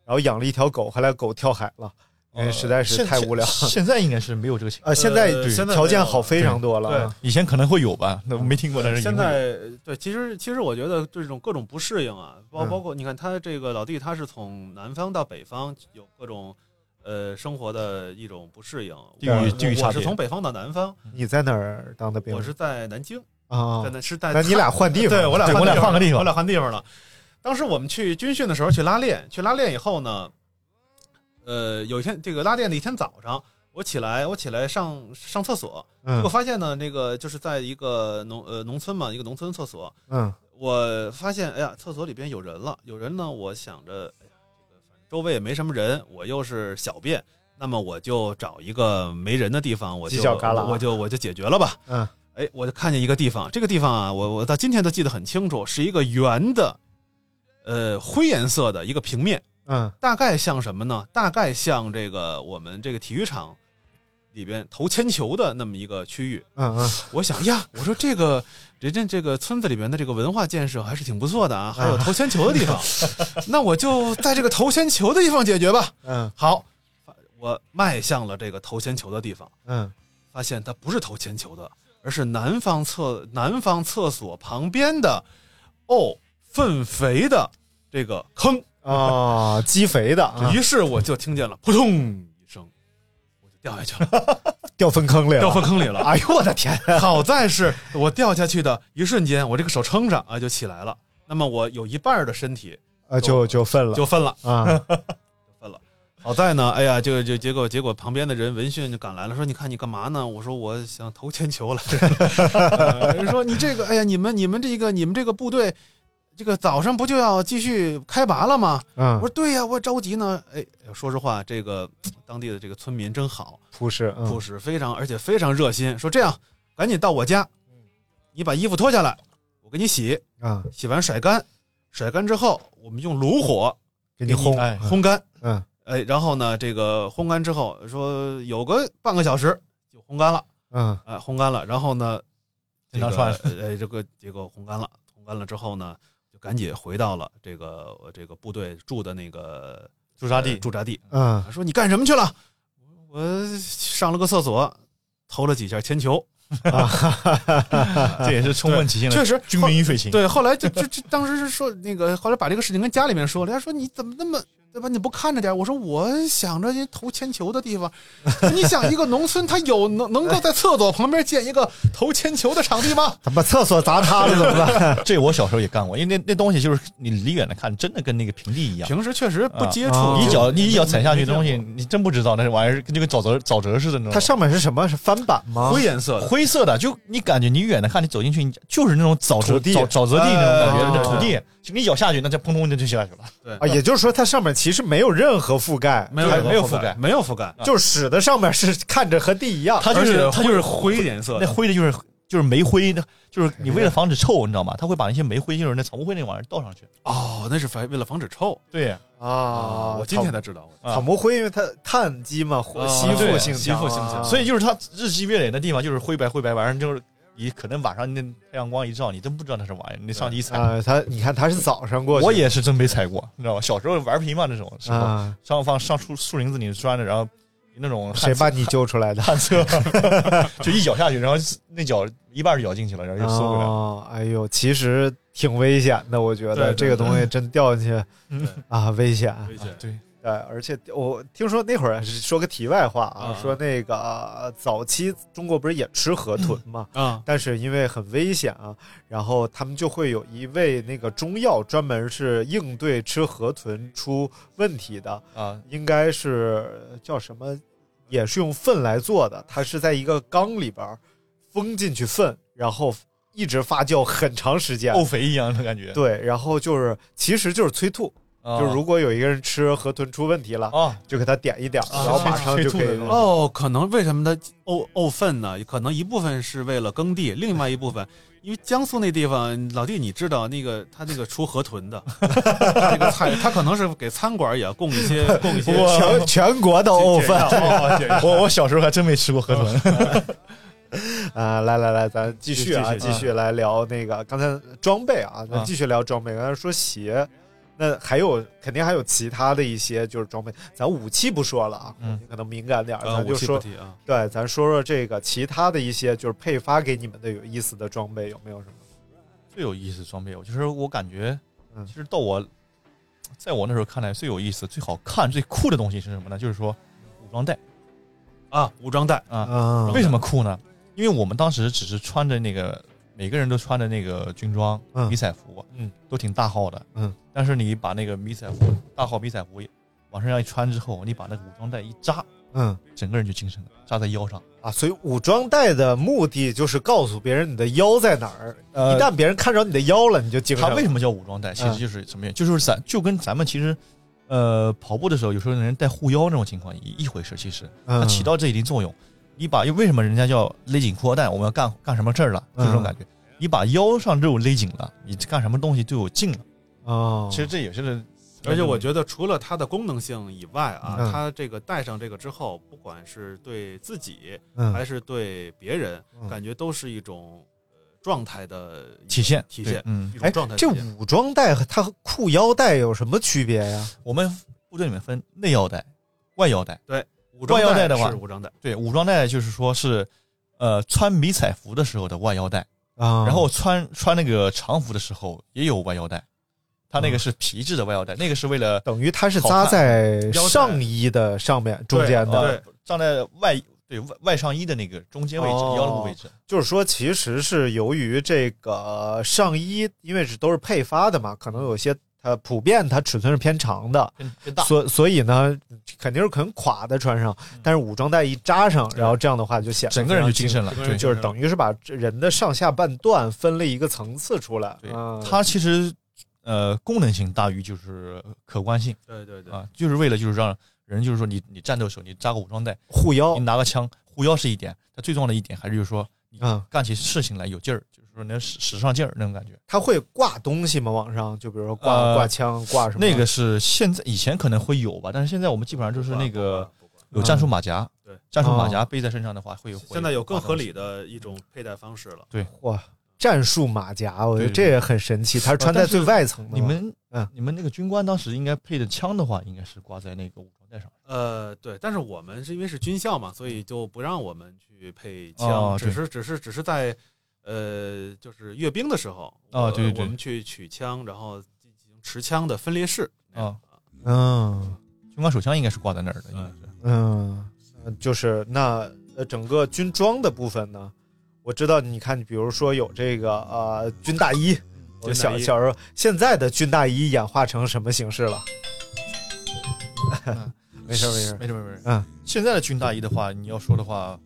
A: 然后养了一条狗，后来狗跳海了，因为
B: 呃
A: 实在是
B: 现
A: 太无聊。
B: 现现在应该是没有这个情况，
A: 啊，现在
C: 呃现在
A: 条
C: 没
A: 件
C: 有
A: 好非
B: 对
A: 常多了
C: 对
A: 啊。嗯
B: 以前可能会有吧，那我没听过，但是
C: 现
B: 应该会有
C: 在对，其实其实我觉得这种各种不适应啊，包
A: 嗯
C: 包括你看他这个老弟，他是从南方到北方有各种呃生活的一种不适应。
B: 地
C: 我
B: 域地域
C: 我
B: 差
C: 是
B: 别，
C: 从北方到南方，
A: 你在哪儿当的兵？
C: 我是在南京，
A: 啊
B: 哦
C: 在，南是在
A: 那你俩换地方，
C: 对我俩
B: 对我俩换个地方
C: 我俩换地方了。当时我们去军训的时候去拉练，去拉练以后呢，呃，有一天这个拉练的一天早上，我起来我起来上上厕所，结
A: 嗯
C: 果发现呢，那个就是在一个农呃农村嘛，一个农村厕所，
A: 嗯
C: 我发现，哎呀，厕所里边有人了，有人呢。我想着，哎呀，这个反正周围也没什么人，我又是小便，那么我就找一个没人的地方，我就
A: 犄角旮旯
C: 我我就我就解决了吧。
A: 嗯，
C: 哎，我就看见一个地方，这个地方啊，我我到今天都记得很清楚，是一个圆的，呃，灰颜色的一个平面，
A: 嗯
C: 大概像什么呢？大概像这个我们这个体育场里边投铅球的那么一个区域。
A: 嗯嗯，
C: 我想呀，我说这个人家这个村子里面的这个文化建设还是挺不错的啊，还有投铅球的地方，那我就在这个投铅球的地方解决吧。
A: 嗯
C: 好，我迈向了这个投铅球的地方，
A: 嗯
C: 发现它不是投铅球的，而是南方厕南方厕所旁边的哦粪肥的这个坑。
A: 哦，积肥的啊，
C: 于是我就听见了扑通一声，我就掉下去了，
A: 掉粪坑里了，
C: 掉粪坑里了。
A: 哎呦我的天！
C: 好在是我掉下去的一瞬间，我这个手撑着啊就起来了。那么我有一半儿的身体
A: 啊，就就粪了，
C: 就分了，
A: 啊，
C: 分了。好在呢，哎呀，就就结果结果旁边的人闻讯就赶来了，说你看你干嘛呢？我说我想投铅球来着。呃人 说你这个，哎呀，你们你们这个你们这个部队，这个早上不就要继续开拔了吗？我
A: 嗯
C: 说，对呀、我着急呢。哎，说实话，这个当地的这个村民真好，
A: 朴实，嗯
C: 朴实非常，而且非常热心，说这样，赶紧到我家，你把衣服脱下来，我给你洗，
A: 啊，
C: 洗完甩干，甩干之后，我们用炉火
A: 给你烘，
B: 哎
C: 烘干，
A: 嗯
C: 哎，然后呢，这个烘干之后，说有个半个小时就烘干了，
A: 嗯
C: 哎，烘干了，然后呢，这
B: 经
C: 个
B: 常涮
C: 哎，这个结果烘干了，烘干了之后呢，就赶紧回到了这个我这个部队住的那个
B: 驻扎地
C: 呃驻扎地，
A: 嗯，
C: 他说你干什么去了？我我上了个厕所，投了几下铅球。
B: 这也是充分体现了
C: 确实
B: 军民与水情。
C: 对，后来就就就当时是说那个，后来把这个事情跟家里面说了，人家说你怎么那么对吧？你不看着点儿？我说我想着投铅球的地方，你想一个农村，他有能能够在厕所旁边建一个投铅球的场地吗？
A: 他把厕所砸塌了怎么办？
B: 这我小时候也干过，因为那那东西就是你离远了看，真的跟那个平地一样。
C: 平时确实不接触，
B: 啊
A: 啊
B: 你一脚你一脚踩下去
C: 没
B: 的
C: 见
B: 东西，你真不知道那玩意儿跟这个沼泽沼泽似的那种。
A: 它上面是什么？是翻板吗？
C: 灰颜色的，
B: 灰色的，就你感觉你远的看，你走进去，你就是那种沼泽
A: 土地
B: 沼沼泽地那种感觉，
A: 哎
B: 那土地，就你一脚下去，那就砰砰就就下去了。
A: 啊，也就是说它上面其实没有任何覆盖，
C: 没有
B: 还没有覆盖
C: 没有覆盖，啊
A: 就是屎的上面是看着和地一样。
B: 它就
C: 而
B: 是
C: 且
B: 它就是
C: 灰颜色
B: 那
C: 的，
B: 灰的就是就是煤灰的，就是你为了防止臭，你知道吗？它会把那些煤灰，就是那草木灰那玩意儿倒上去。
C: 哦，那是防为了防止臭
B: 对，
A: 啊，
C: 我今天才知道，
B: 啊
A: 草木灰，因为它碳基嘛，
C: 啊
A: 吸附性
C: 对吸附性强
A: 强啊，
B: 所以就是它日积月累的地方就是灰白灰白，完了就是你可能晚上那太阳光一照，你真不知道那是玩意儿，你上去一踩。
A: 啊，它你看它是早上过去，
B: 我也是真没踩过，你知道吧？小时候玩皮嘛，那种时候
A: 啊，
B: 上放上树树林子里钻着，然后那种旱
A: 谁
B: 厕
A: 把你救出来 的？
B: 旱厕，就一脚下去，然后那脚一半儿咬进去了，然后又缩回来。
A: 哦，哎呦，其实挺危险的，我觉
C: 对对
A: 得这个东西真掉进去
B: 嗯
A: 啊，危险。
C: 危险。
B: 对，
A: 对，而且我听说那会儿说个题外话啊，
C: 啊
A: 说那个呃早期中国不是也吃河豚嘛，
C: 啊，
A: 但是因为很危险啊，然后他们就会有一味那个中药专门是应对吃河豚出问题的，
B: 啊，
A: 应该是叫什么，也是用粪来做的，它是在一个缸里边儿封进去粪，然后一直发酵很长时间。
B: 沤肥一样的感觉。
A: 对，然后就是，其实就是催吐，
B: 啊，
A: 就是如果有一个人吃河豚出问题了，
B: 啊，
A: 就给他点一点儿，
B: 啊
A: 然后马上就可
B: 催
A: 以
B: 吐的。
C: 哦，可能为什么它沤沤粪呢？可能一部分是为了耕地，另外一部分，因为江苏那地方，老弟你知道那个他那个出河豚的 那个菜，他可能是给餐馆也供一 些供一些。
A: 全全国都沤粪
B: 哦我我小时候还真没吃过河 豚。
A: 啊！来来来，咱继续啊，
C: 继续嗯
A: 继续来聊那个刚才装备啊，咱
B: 啊
A: 继续聊装备。刚才说鞋，那还有肯定还有其他的一些就是装备，咱武器不说了啊，
B: 嗯
A: 可能敏感点儿，
C: 呃，
A: 咱
C: 武
A: 就
C: 器
A: 说
C: 不提啊，
A: 对，咱说说这个其他的一些就是配发给你们的有意思的装备有没有什么？
B: 最有意思的装备，我就是我感觉
A: 嗯，
B: 其实到我，在我那时候看来最有意思、最好看、最酷的东西是什么呢？就是说武装带
C: 啊，武装带
B: 啊，
A: 啊
B: 为什么酷呢？因为我们当时只是穿着那个，每个人都穿着那个军装、
A: 嗯
B: 迷彩服，
A: 嗯，
B: 都挺大号的，
A: 嗯。
B: 但是你把那个迷彩服、大号迷彩服往身上一穿之后，你把那个武装带一扎，
A: 嗯
B: 整个人就精神了，扎在腰上。
A: 啊，所以武装带的目的就是告诉别人你的腰在哪儿，
B: 呃
A: 一旦别人看着你的腰了，你就精神
B: 它
A: 了。
B: 为什么叫武装带？其
A: 嗯
B: 实就是什么呀？就是咱就跟咱们其实，呃，跑步的时候有时候人带护腰那种情况一一回事，其实它
C: 啊
A: 嗯
B: 起到这一定作用。你把为什么人家叫勒紧裤腰带？我们要干干什么事儿了？就这种感觉。
A: 嗯
B: 你把腰上这种勒紧了，你干什么东西都有劲了。
A: 哦，
B: 其实这也是，
C: 而且我觉得除了它的功能性以外啊，
A: 嗯
C: 它这个带上这个之后，不管是对自己
A: 嗯
C: 还是对别人，
A: 嗯
C: 感觉都是一种呃状态的一
B: 体现
C: 体
B: 对
C: 现，
B: 嗯
C: 一，种
A: 哎
C: 状态体
A: 这
C: 现。
A: 武装带和它和裤腰带有什么区别呀？
B: 我们部队里面分内腰带、外腰带。
C: 武装
B: 外腰带的话
C: 是武装带，
B: 对，武装带就是说是，呃，穿迷彩服的时候的外腰带。
A: 啊，
B: 然后穿穿那个长服的时候也有外腰带，它那个是皮质的外腰带，那个是为了
A: 嗯等于它是扎在
C: 腰带
A: 上衣的上面中间的，
B: 呃站在外对外外上衣的那个中间位置、
A: 哦
B: 腰部位置。
A: 就是说，其实是由于这个上衣，因为是都是配发的嘛，可能有些它普遍它尺寸是偏长的，
B: 更更大，嗯
A: 所所以呢，肯定是很垮的穿上，但是武装带一扎上，然后这样的话就显得
B: 整个人就精
A: 非
B: 神了。
C: 整个
A: 常精，
B: 对
A: 就是等于是把人的上下半段分了一个层次出来。
B: 对
C: 啊
A: 嗯，
B: 它其实呃功能性大于就是可观性
C: 对对对，
B: 啊，就是为了就是让人就是说你你战斗的时候你扎个武装带，
A: 护腰
C: 哦
B: 你，拿个枪护腰是一点，它最重要的一点还是就是说你
A: 嗯，
B: 干起事情来有劲儿，就是说能使使上劲儿那种感觉。
A: 它会挂东西吗？往上，就比如说挂、
B: 呃
A: 挂枪、挂什么？
B: 那个是现在以前可能会有吧，但是现在我们基本上就是那个
C: 不管，不管嗯
B: 有战术马甲，
C: 对，哦
B: 战术马甲背在身上的话会有。
C: 现在有更合理的一
B: 嗯
C: 种佩戴方式了。
A: 哇，战术马甲，我觉得
B: 对
A: 这也很神奇，它是穿在
B: 但是
A: 最外层的。
B: 你们
A: 嗯
B: 你们那个军官当时应该配的枪的话，应该是挂在那个武装带上。
C: 呃，对，但是我们是因为是军校嘛，所以就不让我们去配枪，
B: 嗯哦
C: 只是只是只是在呃，就是阅兵的时候，
B: 哦
C: 我
B: 对对对
C: 我们去取枪，然后进行持枪的分列式。
B: 哦
A: 嗯
B: 军官手枪应该是挂在那儿的，应该是。
A: 嗯，呃就是那呃整个军装的部分呢，我知道，你看，比如说有这个呃军大衣，我
C: 军大
A: 小
C: 衣
A: 小时候现在的军大衣演化成什么形式了？没事没事
B: 没事没事。没事
A: 嗯，
B: 现在的军大衣的话，你要说的话，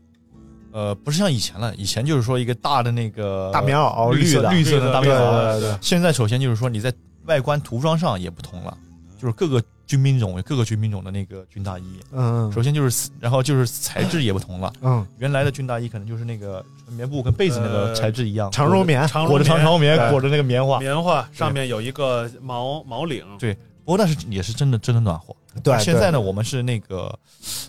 B: 呃，不是像以前了，以前就是说一个大的那个
A: 大棉袄，
B: 呃绿
A: 的，
B: 色
A: 绿
B: 色的大棉
A: 对对
B: 袄。
A: 对，
B: 现在首先就是说你在外观涂装上也不同了，就是各个军兵种有各个军兵种的那个军大衣。
A: 嗯
B: 首先就是丝，然后就是材质也不同了。
A: 嗯，
B: 原来的军大衣可能就是那个纯棉布跟被子那个
C: 呃
B: 材质一样，
A: 长绒棉，
C: 长
B: 裹着长绒棉，
A: 对
B: 裹着那个棉花。
C: 棉花上面有一个毛毛领，
B: 不过那是也是真的真的暖和。
A: 对，
B: 现在
A: 呢，
B: 呢，我们是那个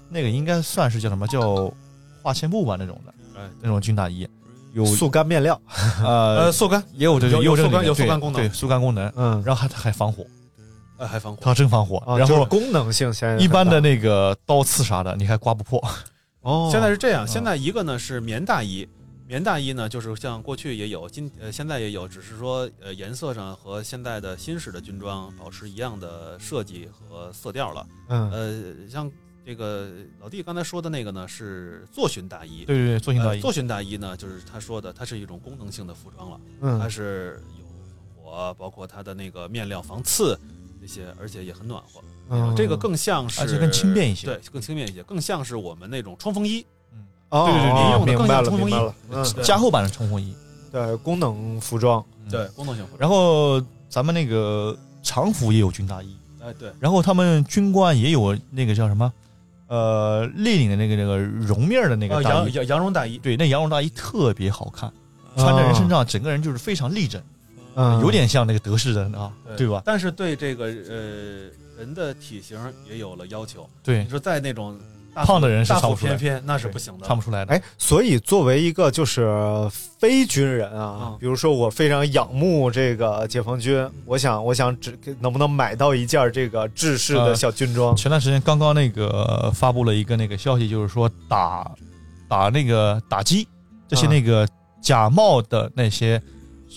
B: 那个应该算是叫什么叫化纤布吧那种的，
C: 哎
B: 那种军大衣，有
A: 速干面料，
B: 呃
C: 呃，速干，
B: 也有这个
C: 有
B: 也这
C: 有速干
B: 个里面
C: 有速
B: 对
C: 干功能
B: 对速干功能，
A: 嗯，
B: 然后还它还防火，
C: 呃，还防火。
B: 它真防火
A: 啊，
B: 然
A: 就是
B: 后。
A: 功能性现在
B: 一般的
A: 很大
B: 那个刀刺啥的，你还刮不破。
A: 哦，
C: 现在是这
B: 嗯
C: 样，现在一个呢是棉大衣，棉大衣呢就是像过去也有，今呃现在也有，只是说呃颜色上和现在的新式的军装保持一样的设计和色调了。
A: 嗯
C: 呃，像这个老弟刚才说的那个呢是坐巡大衣，
B: 对对对，做
C: 呃，
B: 型大衣，
C: 坐巡大衣呢就是他说的，它是一种功能性的服装了。它
B: 呃
A: 嗯
C: 是有防火，包括它的那个面料防刺这些，而且也很暖和。
A: 嗯，
C: 这个更像是，
B: 哦而且更轻便一些
C: 对，更轻便一些，更像是我们那种冲锋衣。
A: 哦
C: 对对对民用的
A: 明
C: 更
A: 白
C: 像
A: 了
C: 冲
A: 明
C: 锋
A: 白
C: 衣
A: 了，嗯，
B: 加厚版的冲锋衣。
A: 对，功能服装，
B: 嗯，
C: 功能性服装。
B: 然后咱们那个常服也有军大衣，
C: 哎，对，
B: 然后他们军官也有那个叫什么，呃，立领的那个那个绒面的那
C: 呃
B: 个大
C: 羊
B: 衣，
C: 羊羊绒大衣，
B: 对，那羊绒大衣特别好看，呃穿在人身上，整个人就是非常立正，
A: 嗯，
B: 有点像那个德式人啊，对吧？
C: 但是对这个呃人的体型也有了要求。
B: 对
C: 你，说在那种大
B: 胖的人是
C: 大
B: 唱
C: 腹
B: 不出来
C: 翩
B: 的，
C: 翩，那是不行的。
B: 唱不出来的。
A: 哎，所以作为一个就是非军人啊
C: 嗯，
A: 比如说我非常仰慕这个解放军，
B: 嗯
A: 我想我想只能不能买到一件这个制式的
B: 呃
A: 小军装？
B: 前段时间刚刚那个发布了一个那个消息，就是说打打那个打击这些
A: 嗯
B: 那个假冒的那些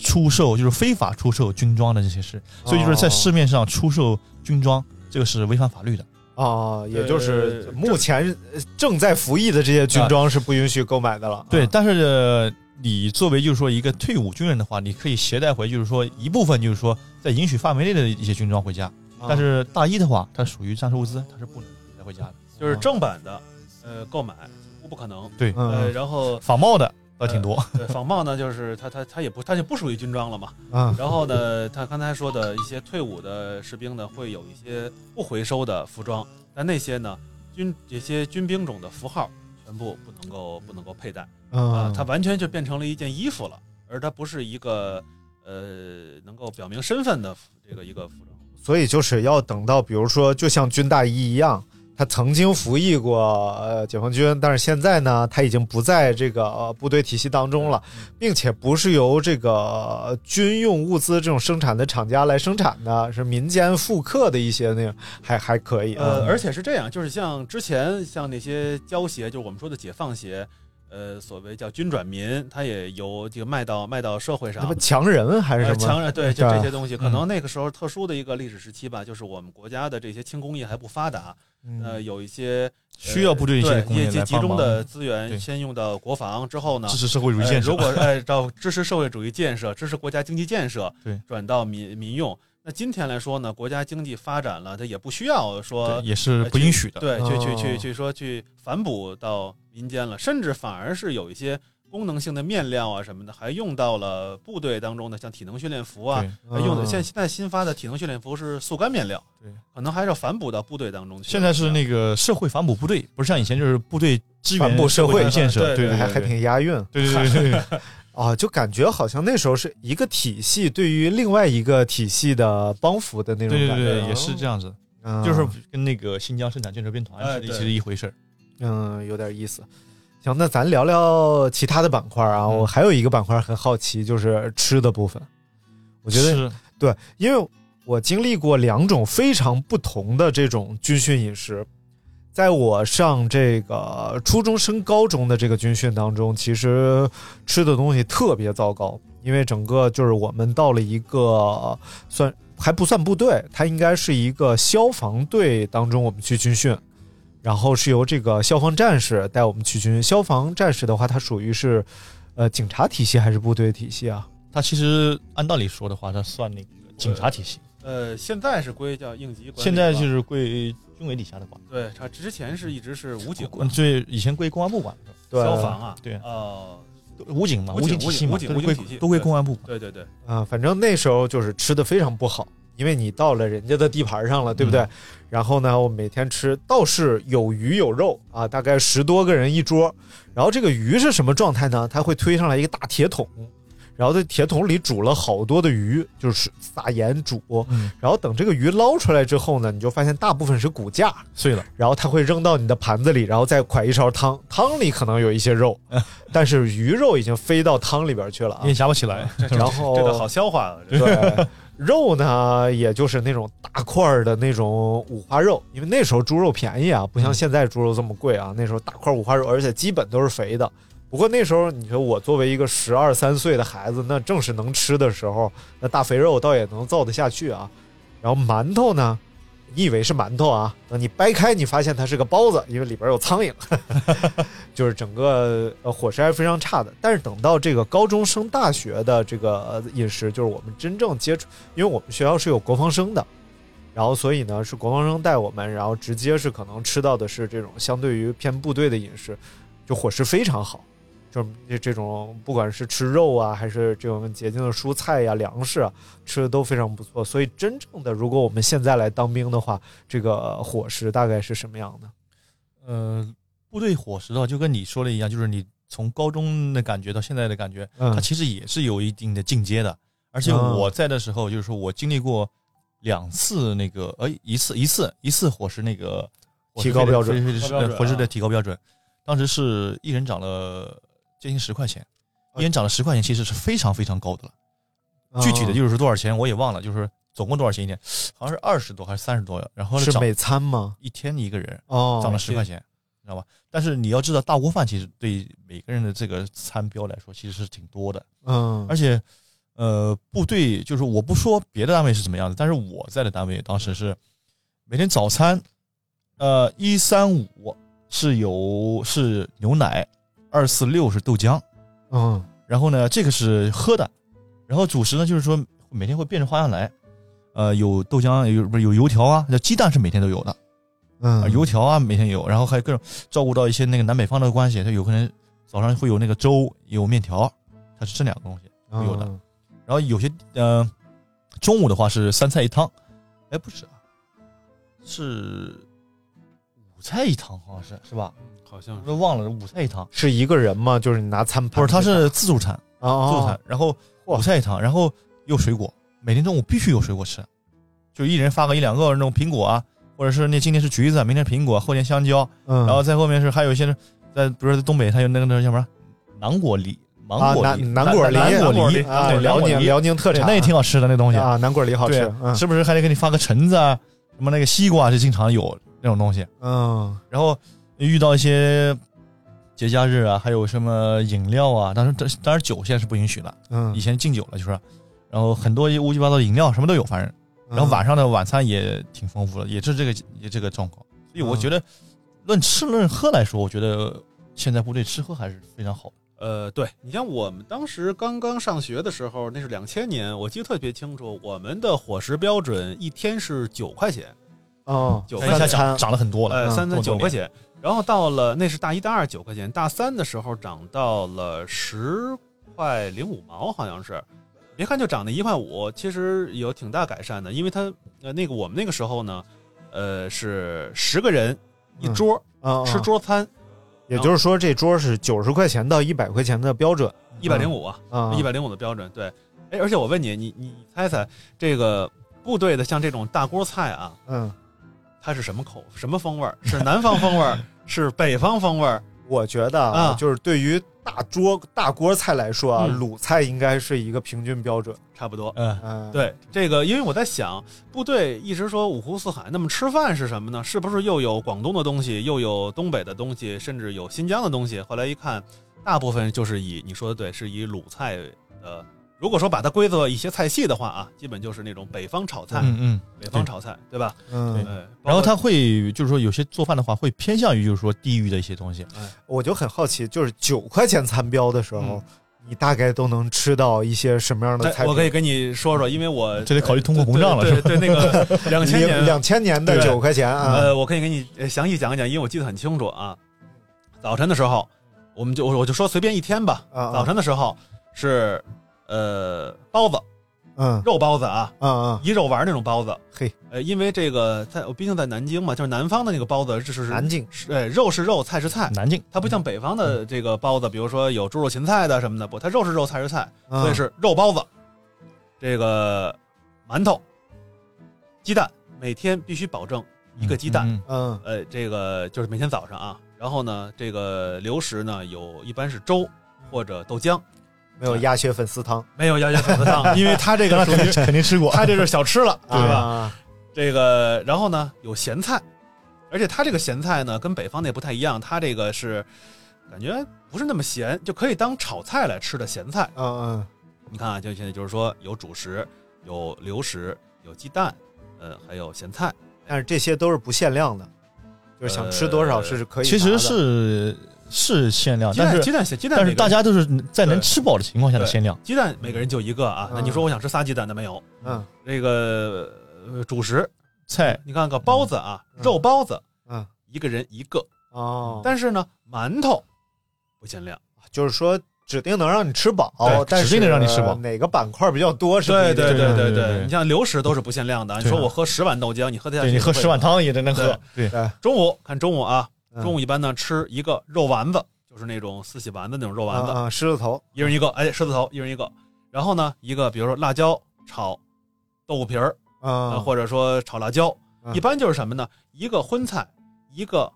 B: 出售，就是非法出售军装的这些事，所以就是在
A: 哦
B: 市面上出售军装，这个是违反法律的。
A: 啊，也就是
C: 呃
A: 目前正在服役的这些军装是不允许购买的了。
B: 啊对，
A: 啊，
B: 但是呃你作为就是说一个退伍军人的话，你可以携带回，就是说一部分就是说在允许范围内的一些军装回家，
A: 啊
B: 但是大衣的话，它属于战术物资，它是不能带回家的。啊
C: 就是正版的，呃，购买几乎不可能。
B: 对，
C: 呃，
A: 嗯
C: 然后
B: 仿冒的倒挺多。
C: 对仿冒呢，就是它它它也不它就不属于军装了嘛。
B: 嗯
A: 啊
C: 然后呢，他刚才说的一些退伍的士兵呢，会有一些不回收的服装，但那些呢，军这些军兵种的符号全部不能够不能够佩戴啊、
B: 呃
A: 啊
C: 它完全就变成了一件衣服了，而它不是一个呃能够表明身份的服这个一个服装。
A: 所以就是要等到，比如说，就像军大衣一样，他曾经服役过呃解放军，但是现在呢，他已经不在这个、呃、部队体系当中了，
B: 嗯
A: 并且不是由这个、呃军用物资这种生产的厂家来生产的，是民间复刻的一些那个，还还可以。
C: 呃，
A: 嗯
C: 而且是这样，就是像之前像那些胶鞋，就是我们说的解放鞋，呃，所谓叫军转民，它也由这个卖到卖到社会上
A: 那。不强人还是
C: 呃
A: 什么？
C: 强人对，就
A: 对
C: 这些东西，
B: 嗯
C: 可能那个时候特殊的一个历史时期吧，就是我们国家的这些轻工业还不发达，
A: 嗯
C: 呃，有一些呃
B: 需要部队一些
C: 对
B: 工业
C: 业绩
B: 来
C: 集中
B: 帮忙
C: 的资源
B: 对
C: 先用到国防之后呢
B: 支，持社会主义
C: 呃
B: 建设。
C: 如果按照支持社会主义建设、支持国家经济建设，
B: 对
C: 转到民民用。那今天来说呢，国家经济发展了，它也不需要
B: 对
C: 说
B: 也是不允许的。啊
C: 对，呃去去
A: 哦
C: 去去说去反哺到民间了，甚至反而是有一些功能性的面料啊什么的，还用到了部队当中的，像体能训练服啊，
B: 对
C: 呃用的
A: 嗯
C: 现现在新发的体能训练服是速干面料，
B: 对，
C: 可能还是要反哺到部队当中去。
B: 现在是那个社会反哺部队，不是像以前就是部队支
A: 反
B: 援
A: 哺社会
B: 主义建设。
C: 对
B: 对，
A: 还还挺押韵
B: 对对对对对。
A: 啊，就感觉好像那时候是一个体系对于另外一个体系的帮扶的那种
B: 对
A: 感
B: 对
A: 觉，啊
B: 对，也是这样子，
A: 嗯
B: 就是跟那个新疆生产建设兵团
C: 哎
B: 是一
C: 对
B: 是一回事儿。
A: 嗯，有点意思。行，那咱聊聊其他的板块啊。我还有一个板块很好奇，就是吃的部分。我
B: 我
A: 觉得对，因为我经历过两种非常不同的这种军训饮食。在我上这个初中升高中的这个军训当中，其实吃的东西特别糟糕，因为整个就是我们到了一个算还不算部队，它应该是一个消防队当中我们去军训，然后是由这个消防战士带我们去军训。消防战士的话，它属于是呃警察体系还是部队体系啊？
B: 他其实按道理说的话，他算那个警察体系，
C: 呃，现在是归叫应急管理吧，
B: 现在就是归军委底下的管，
C: 对，他之前是一直是武警
B: 管最以前归公安部管，
A: 对
C: 消防啊，
B: 呃对
C: 哦，
B: 武警嘛，
C: 武
B: 武
C: 警
B: 体系嘛，
C: 武警
B: 都
C: 武
B: 是
C: 警
B: 归
C: 体系
B: 都归
C: 对
B: 公安部管。
C: 对对对，
A: 啊、反正那时候就是吃的非常不好，因为你到了人家的地盘上了，对不对？
B: 嗯
A: 然后呢，我每天吃倒是有鱼有肉啊，大概十多个人一桌。然后这个鱼是什么状态呢？它会推上来一个大铁桶，然后在铁桶里煮了好多的鱼，就是撒盐煮。
B: 嗯，
A: 然后等这个鱼捞出来之后呢，你就发现大部分是骨架，
B: 碎
C: 啊
B: 了，
A: 然后它会扔到你的盘子里，然后再㧟一勺汤，汤里可能有一些 肉，但是鱼肉已经飞到汤里边去了啊
B: 你也。夹不起来。
A: 然后
C: 这个好消化啊，这个
A: 对，肉呢，也就是那种大块儿的那种五花肉，因为那时候猪肉便宜啊，不像现在猪肉这么贵啊。那时候大块儿五花肉，而且基本都是肥的。不过那时候，你说我作为一个十二三岁的孩子，那正是能吃的时候，那大肥肉倒也能造得下去啊。然后馒头呢，你以为是馒头啊，等你掰开，你发现它是个包子，因为里边有苍蝇。就是整个呃伙食还是非常差的。但是等到这个高中升大学的这个呃饮食，就是我们真正接触，因为我们学校是有国防生的，然后所以呢是国防生带我们，然后直接是可能吃到的是这种相对于偏部队的饮食，就伙食非常好，就是这这种不管是吃肉啊，还是这种洁净的蔬菜呀、粮食啊，吃的都非常不错。所以真正的，如果我们现在来当兵的话，这个伙食大概是什么样的？
B: 呃，部队伙食的话，就跟你说的一样，就是你从高中的感觉到现在的感觉，
A: 嗯
B: 它啊其实也是有一定的进阶的。而且
A: 嗯
B: 我在的时候，就是说我经历过两次那个，呃，一次一次一次伙食那个伙食
A: 提高标准
B: 费的，
C: 高
B: 费
C: 标
B: 的
C: 准
B: 伙食
C: 啊
B: 的提高标准。当时是一人涨了接近十块钱，
A: 啊
B: 一人涨了十块钱，其实是非常非常高的了。具体的就是多少钱我也忘了，就是总共多少钱一天，好像是二十多还是三十多，然后呢
A: 嗯是
B: 涨
A: 每餐吗？
B: 一天一个人，
A: 哦，
B: 涨了十块钱，你知道吧？但是你要知道，大锅饭其实对每个人的这个餐标来说，其实是挺多的。
A: 嗯，
B: 而且，呃，部队就是我不说别的单位是怎么样的，但是我在的单位当时是每天早餐，呃，一三五是有是牛奶，二四六是豆浆，
A: 嗯
B: 然后呢，这个是喝的，然后主食呢就是说每天会变着花样来。呃，有豆浆，有不是有油条啊？那鸡蛋是每天都有的，啊，
A: 嗯，
B: 油条啊，每天有，然后还有各种照顾到一些那个南北方的关系，它有可能早上会有那个粥，有面条，它是这两个东西。
A: 嗯
B: 有的然后有些呃，中午的话是三菜一汤，哎，不是啊，是五菜一汤，好像是是吧？
C: 好像
A: 嗯
B: 我
C: 是
B: 都忘了五菜一汤，
A: 是一个人吗？就是你拿餐盘，
B: 不是，它是自助餐，
A: 啊
B: 自助
A: 啊
B: 餐，然后
A: 哇
B: 五菜一汤，然后有水果，每天中午必须有水果吃，就一人发个一两个那种苹果啊，或者是那今天是橘子，明天苹果，后天香蕉。
A: 嗯，
B: 然后在后面是还有一些是在，比如说在东北，它有那个那叫什么南果梨、
A: 啊
B: 芒果梨、
A: 南南果梨，
B: 南果梨
A: 啊，
B: 对，
A: 辽宁
B: 南果梨
A: 辽宁特
B: 对
A: 产，
B: 那也挺好吃的那东西，
A: 啊，南果梨好吃
B: 对，，
A: 嗯
B: 是不是还得给你发个橙子啊，什么那个西瓜是经常有那种东西。
A: 嗯
B: 然后遇到一些节假日啊，还有什么饮料啊，当时当当然酒现在是不允许了，以
A: 嗯，
B: 前禁酒了就是，然后很多乌七八糟的饮料什么都有，反正。
A: 嗯
B: 然后晚上的晚餐也挺丰富的，也是这个也这个状况。所以我觉
A: 嗯
B: 得，论吃论喝来说，我觉得现在部队吃喝还是非常好的。
C: 呃，对你像我们当时刚刚上学的时候，那是两千年，我记得特别清楚，我们的伙食标准一天是九块钱，
A: 哦，
C: 九
B: 但一
C: 块
B: 下
A: 饭
C: 钱，
B: 涨
A: 餐
B: 涨了很多了，
C: 呃，三餐
B: 动
C: 九
B: 九
C: 块
B: 块
C: 钱，然后到了那是大一大二九块钱，大三的时候涨到了十块零五毛，好像是。别看就涨了一块五，其实有挺大改善的，因为它呃那个我们那个时候呢，呃是十个人一桌、
A: 啊，
C: 吃
A: 啊，
C: 桌餐，
A: 也就是说这桌是九十块钱到一百块钱的标准
C: 一百零五啊，
A: 啊，
C: 一百零五的标准，对。哎，而且我问你，你你猜猜这个部队的像这种大锅菜啊，
A: 嗯，
C: 它是什么口什么风味儿？是南方风味儿，是北方风味儿？
A: 我觉得啊
C: 啊，
A: 就是对于大桌大锅菜来说啊，
C: 嗯
A: 鲁菜应该是一个平均标准，
C: 差不多。
B: 嗯，
A: 嗯，，
C: 对这个，因为我在想，部队一直说五湖四海，那么吃饭是什么呢？是不是又有广东的东西，又有东北的东西，甚至有新疆的东西？后来一看，大部分就是以你说的对，是以鲁菜呃如果说把它归作一些菜系的话啊，基本就是那种北方炒菜，
B: 嗯嗯
C: 北方炒菜，对吧？
A: 嗯
C: 哎
B: 然后
C: 包括
B: 他会就是说有些做饭的话会偏向于就是说地域的一些东西，
A: 我就很好奇，就是九块钱餐标的时候，
C: 嗯
A: 你大概都能吃到一些什么样的菜
C: 对，
A: 品？
C: 我可以跟你说说，因为我
B: 这得考虑通货膨胀了
C: 对对对，对那 个两千年
A: 两千年的
C: 对
A: 九块钱啊，
C: 呃，我可以给你呃详细讲一讲，因为我记得很清楚啊。早晨的时候，我们就我我就说随便一天吧。
A: 啊啊
C: 呃早晨的时候是呃包子，
A: 嗯
C: 肉包子啊，
A: 嗯嗯，
C: 一肉丸那种包子。
A: 嘿，
C: 呃，因为这个在我毕竟在南京嘛，就是南方的那个包子，这是
A: 南京嗯
C: 是呃肉是肉，菜是菜，
B: 南京
C: 它不像北方的这个包子，比如说有猪肉芹菜的什么的，不，它肉是肉，菜是菜，所以
A: 嗯
C: 是肉包子，这个馒头、鸡蛋，每天必须保证一个鸡蛋，
B: 嗯
A: 嗯
C: 呃，这个就是每天早上啊，然后呢，这个流食呢有一般是粥或者豆浆，
A: 没有鸭血粉丝汤，
C: 没有要要粉丝汤，因为它这个
B: 那
C: 属
B: 肯
C: 于
B: 定肯定吃过，
C: 它这是小吃了，对吧？
A: 啊
C: 这个然后呢有咸菜，而且它这个咸菜呢跟北方那不太一样，它这个是感觉不是那么咸，就可以当炒菜来吃的咸菜。
A: 嗯
C: 你看啊，就现在就是说有主食，有流食，有鸡蛋，呃，还有咸菜。
A: 嗯，但是这些都是不限量的，就是想吃多少
C: 呃
A: 是可以拿
B: 其
A: 的。
B: 实是是限量，
C: 鸡
B: 啊但
C: 蛋
B: 是
C: 鸡蛋咸鸡蛋
B: 但
C: 每个人，
B: 是大家都是在能
C: 对
B: 吃饱的情况下的限量，
C: 鸡蛋每个人就一个啊。那你
A: 嗯
C: 说我想吃仨鸡蛋，那没有。
A: 嗯
C: 这个呃主食，
B: 菜
C: 你看个包子啊，
A: 嗯
C: 肉包子，
A: 嗯
C: 一个人一个，
A: 哦，
B: 嗯
C: 但是呢，馒头不限量。
A: 就是说指定能让你吃饱
B: 对，
A: 但是
B: 指定能让你吃饱
A: 哪个板块比较多是不
C: 对
A: 一定
C: 对
A: 的
C: 对
B: 对
C: 对
B: 对
C: 对，
B: 对
C: 你像流食都是不限量的。你说我喝十碗豆浆，你喝得下去？
B: 对你喝十碗。汤也得能喝，对，
C: 中午看中午啊，
A: 嗯
C: 中午一般呢吃一个肉丸子，就是那种四喜丸子那种肉丸子，
A: 啊，嗯狮子头
C: 一人一个，哎，狮子头一人一个。然后呢，一个比如说辣椒炒豆腐皮儿，呃
A: 啊，
C: 或者说炒辣椒，
A: 嗯
C: 一般就是什么呢？一个荤菜，一个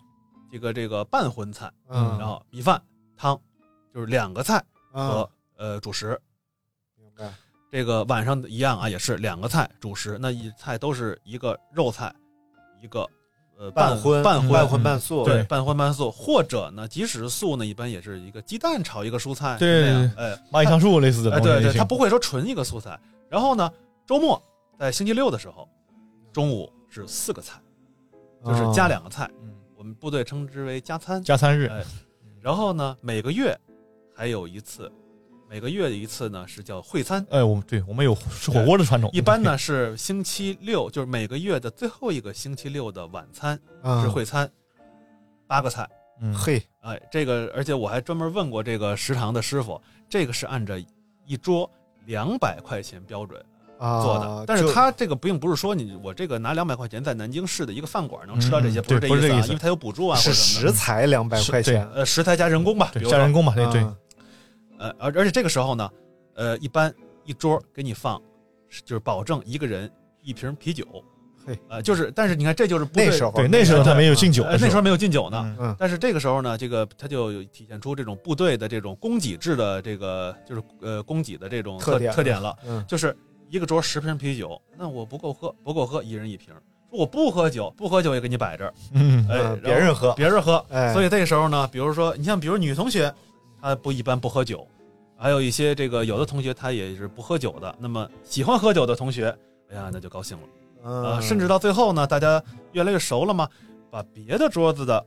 C: 这个这个半荤菜，
A: 嗯
C: 然后米饭汤，就是两个菜
A: 嗯
C: 和呃主食。
A: 明白
C: 这个晚上一样啊，也是两个菜主食，那一菜都是一个肉菜，一个呃
A: 半荤嗯
C: 半荤嗯
A: 半荤半素
C: 对半荤半素，或者呢，即使是素呢，一般也是一个鸡蛋炒一个蔬菜，
B: 对
C: 那样哎
B: 蚂蚁上树类似的
C: 哎
B: 东西也
C: 对
B: 行，
C: 对，它不会说纯一个素菜。然后呢，周末在星期六的时候，中午是四个菜，就是加两个菜，
B: 嗯
C: 我们部队称之为加餐。
B: 加餐日
C: 哎然后呢，每个月还有一次，每个月的一次呢是叫会餐。
B: 哎，我们对我们有吃火锅的传统，
C: 一般呢是星期六，就是每个月的最后一个星期六的晚餐是
A: 嗯
C: 会餐，八个菜。
B: 嗯，
A: 嘿
C: 哎，这个而且我还专门问过这个食堂的师傅，这个是按照一桌两百块钱标准
A: 啊
C: 做的，但是
A: 就
C: 他这个并不是说你我这个拿两百块钱在南京市的一个饭馆能吃到这些，
B: 嗯
C: 不是
B: 对
C: 意
B: 不是
C: 啊
B: 这个意，思
C: 因为它有补助啊或
A: 是
C: 者什么
A: 食
C: 的，
A: 材两百
B: 是
A: 块钱，
C: 呃，食材加人工吧，比
B: 对
C: 如
B: 加人
C: 说
B: 工嘛，对对，
A: 嗯
C: 呃，而而且这个时候呢，呃，一般一桌给你放，是就是保证一个人一瓶啤酒
A: 嘿，
C: 呃，就是，但是你看，这就是部队
A: 那时候
B: 对那时候他没有敬酒
C: 呃
B: 的候，
C: 那时候没有敬酒呢。
B: 嗯
A: 嗯
C: 但是这个时候呢，这个他就有体现出这种部队的这种供给制的这个就是呃供给的这种
A: 特
C: 特
A: 点
C: 特点了，
A: 嗯
C: 就是一个桌十瓶啤酒，那我不够喝，不够喝，一人一瓶。说我不喝酒，不喝酒也给你摆这儿，
B: 嗯
C: 哎，
A: 嗯
C: 然后
A: 别人喝
C: 别人喝，
A: 哎
C: 所以这个时候呢，比如说你像比如女同学，她不一般不喝酒，还有一些这个有的同学她也是不喝酒的，那么喜欢喝酒的同学，哎呀那就高兴了，呃，
A: 嗯，
C: 甚至到最后呢，大家越来越熟了嘛，把别的桌子的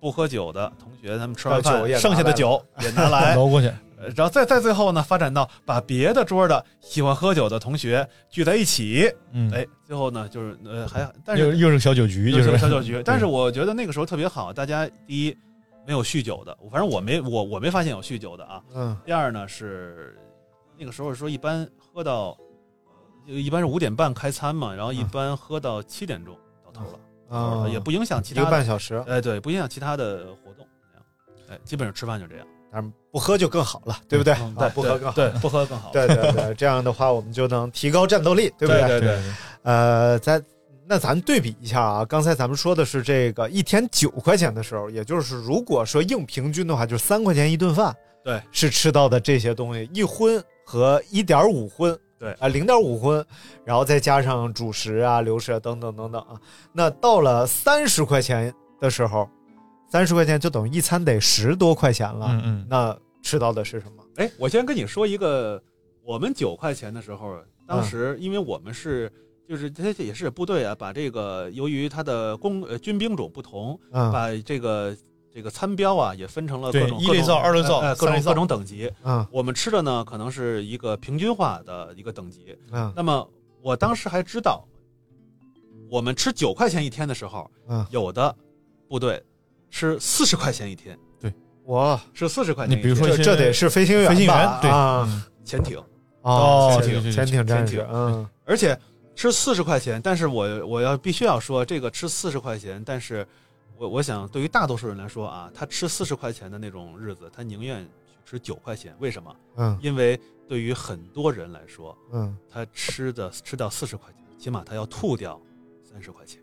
C: 不喝酒的同学他们吃完
A: 把酒
C: 饭
A: 也拿
C: 剩下的
A: 来
C: 酒也拿 来，
B: 捞过去，
C: 呃然后再再最后呢，发展到把别的桌的喜欢喝酒的同学聚在一起，
B: 嗯，
C: 哎，最后呢就是呃还
A: 嗯
C: 但
B: 又
C: 是
B: 又是个小酒局，
C: 就
B: 就是
C: 是小酒局。但是我觉得那个时候特别好，大家第一没有酗酒的，反正我没我我没发现有酗酒的啊。
A: 嗯
C: 第二呢是那个时候说一般喝到，一般是五点半开餐嘛，然后一
A: 嗯
C: 般喝到七点钟到头了，到头
A: 啊
C: 了也不影响其
A: 一
C: 他
A: 个
C: 的
A: 半，小时，
C: 哎对，不影响其他的活动，这样，哎，基本上吃饭就这样，
A: 但是不喝就更好了，对不对？
C: 嗯
A: 啊，不喝更好。
C: 对，不喝更好，
A: 对对对，这样的话我们就能提高战斗力，对不对？
C: 对
B: 对
A: 呃，咱那咱对比一下啊，刚才咱们说的是这个一天九块钱的时候，也就是如果说硬平均的话，就是三块钱一顿饭，
C: 对，
A: 是吃到的这些东西，一荤和一点五荤，
C: 对
A: 啊，零点五荤，然后再加上主食啊、流食啊等等等等啊，那到了三十块钱的时候，三十块钱就等于一餐得十多块钱了，
B: 嗯嗯
A: 那吃到的是什么？
C: 哎，我先跟你说一个我们九块钱的时候，
B: 嗯
C: 当时因为我们是。就是这也是部队啊，把这个由于它的工呃军兵种不同，
A: 嗯
C: 把这个这个餐标啊也分成了各
B: 对
C: 种
B: 一
C: 各
B: 类
C: 种
B: 灶二类
C: 呃
B: 灶
C: 呃各
B: 三类
C: 种
B: 灶
C: 各种等级。
A: 嗯
C: 我们吃的呢可能是一个平均化的一个等级。
A: 嗯
C: 那么我当时还知道，我们吃九块钱一天的时候，
A: 嗯，
C: 有的部队吃四十块钱一天，
A: 我
C: 吃四十块
B: 你
C: 钱一
B: 比如
C: 天。
B: 说
A: 这
B: 一些
A: 这得是飞行员吧，
B: 飞行员对
A: 啊，
B: 嗯
C: 潜艇，
A: 哦，
B: 对
A: 潜艇
B: 对对
A: 潜艇
C: 潜
A: 战士
C: 艇，
A: 嗯
C: 而且吃四十块钱，但是我我要必须要说，这个吃四十块钱，但是我我想对于大多数人来说啊，他吃四十块钱的那种日子，他宁愿去吃九块钱，为什么？
A: 嗯
C: 因为对于很多人来说，
A: 嗯，
C: 他吃的吃到四十块钱，起码他要吐掉三十块钱，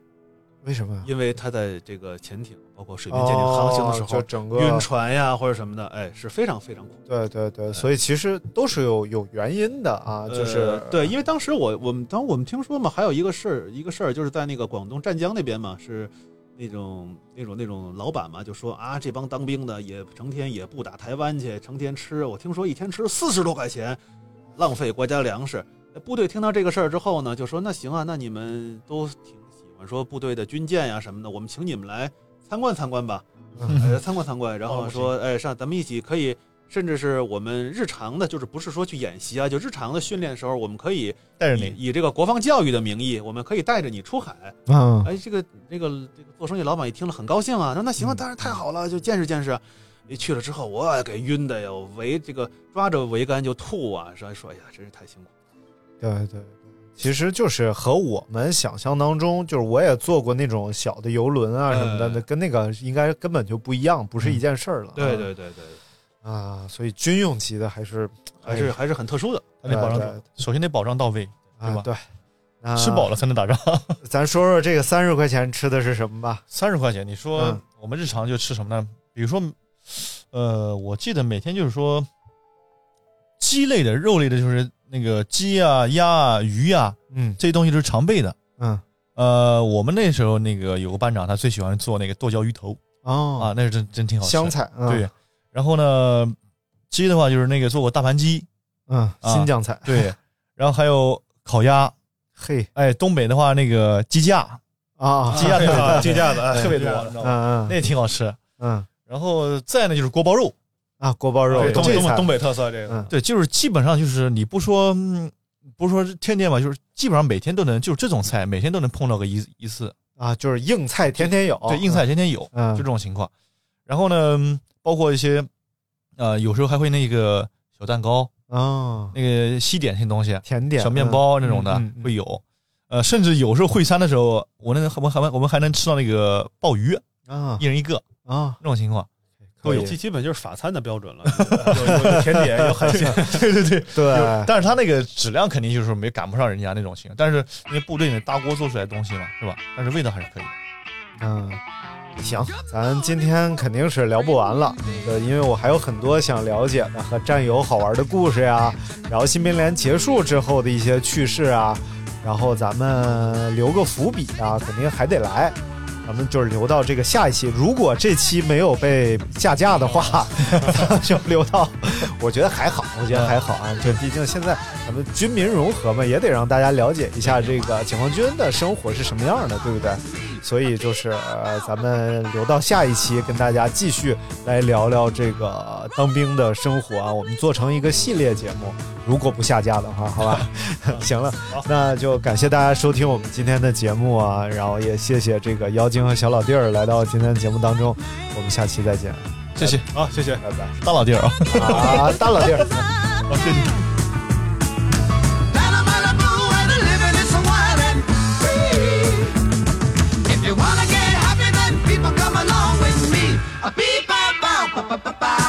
A: 为什么呀？
C: 因为他在这个潜艇包括水面舰艇航行的时
A: 哦就
C: 候。
A: 整个
C: 晕船呀，或者什么的，哎，是非常非常苦。
A: 对对对，所以其实都是有有原因的啊，就是、
C: 呃对，因为当时我我们当我们听说嘛，还有一个事儿，一个事儿就是在那个广东湛江那边嘛，是那种那种那种老板嘛，就说啊，这帮当兵的也成天也不打台湾去，成天吃，我听说一天吃四十多块钱，浪费国家粮食。哎部队听到这个事儿之后呢，就说那行啊，那你们都挺喜欢说部队的军舰呀、什么的，我们请你们来参观参观吧，
A: 嗯
C: 呃，参观参观，然后说，哎，上咱们一起可以甚至是我们日常的，就是不是说去演习啊，就日常的训练的时候，我们可以
B: 带着
C: 以
B: 你，
C: 以这个国防教育的名义，我们可以带着你出海。
A: 嗯
C: 哎，这个这个这个做生意老板一听了很高兴啊，那那行啊，当然太好了，就见识见识。一去了之后，我给晕的呀，我围这个抓着桅杆就吐啊，说说哎呀，真是太辛苦。
A: 对对对，其实就是和我们想象当中，就是我也坐过那种小的游轮啊什么的，
C: 呃
A: 那跟那个应该根本就不一样，不是一件事儿了、
C: 对对对对，
A: 啊，所以军用级的还是哎
C: 还是还是很特殊的。
B: 他得保
A: 对对
B: 障，首先得保障到位，对
A: 啊
B: 吧
A: 对，那
B: 吃饱了。才 能打仗。
A: 咱说说这个三十块钱吃的是什么吧。
B: 三十块钱，你说
A: 嗯
B: 我们日常就吃什么呢？比如说，呃，我记得每天就是说，鸡类的、肉类的，就是那个鸡啊、鸭啊、鱼啊，
A: 嗯
B: 这些东西都是常备的。
A: 嗯
B: 呃，我们那时候那个有个班长，他最喜欢做那个剁椒鱼头
A: 哦
B: 啊，那是真真挺好吃。
A: 香菜嗯
B: 对，然后呢，鸡的话就是那个做过大盘鸡，
A: 嗯
B: 啊
A: 新疆菜
B: 对，然后还有烤鸭，
A: 嘿
B: 哎，东北的话那个鸡架，
A: 啊
B: 鸡架
A: 对
B: 特别
A: 对
B: 多，
A: 对
B: 鸡架子
A: 哎
B: 特别多，
A: 对
B: 你知道吗？
A: 嗯
B: 那
A: 嗯
B: 也挺好吃。
A: 嗯
B: 然后再呢就是锅包肉，
A: 啊锅包肉
B: 对东北
A: 这菜
B: 北特色这
A: 个嗯
B: 对，就是基本上就是你不说嗯不是说天天吧，就是基本上每天都能，就是这种菜每天都能碰到个一一次，
A: 啊就是硬菜天天有
B: 对，硬菜天天有，
A: 嗯
B: 就这种情况。然后呢，嗯包括一些呃，有时候还会那个小蛋糕、
A: 啊
B: 那个西点这些东西，
A: 甜点
B: 小面包那种的
A: 嗯嗯嗯
B: 会有。呃，甚至有时候会餐的时候，我那我们还我们还能吃到那个鲍鱼，
A: 啊
B: 一人一个
A: 啊
B: 那种情况。
A: 可以
C: 基基本就是法餐的标准了。
B: 有有甜点，有海鲜，对对对，
A: 对
B: 有但是他那个质量肯定就是没赶不上人家那种型，但是因为部队那大锅做出来的东西嘛，是吧？但是味道还是可以的。
A: 嗯，行，咱今天肯定是聊不完了，对，因为我还有很多想了解的和战友好玩的故事呀，然后新兵连结束之后的一些趣事啊，然后咱们留个伏笔啊，肯定还得来。咱们就是留到这个下一期，如果这期没有被下架的话， 咱们就留到，我觉得还好，我觉得还好啊。这毕竟现在咱们军民融合嘛，也得让大家了解一下这个解放军的生活是什么样的，对不对？所以就是、呃、咱们留到下一期跟大家继续来聊聊这个呃当兵的生活啊，我们做成一个系列节目，如果不下架的话，好吧？行了，那就感谢大家收听我们今天的节目啊，然后也谢谢这个妖精和小老弟儿来到今天的节目当中，我们下期再见，
B: 谢谢
C: 好，谢谢。
A: 拜拜
B: 大老弟儿 啊。
A: 啊，大老弟儿。
D: If you wanna get happy, then people come along with me. A beep, a bow, ba ba ba ba.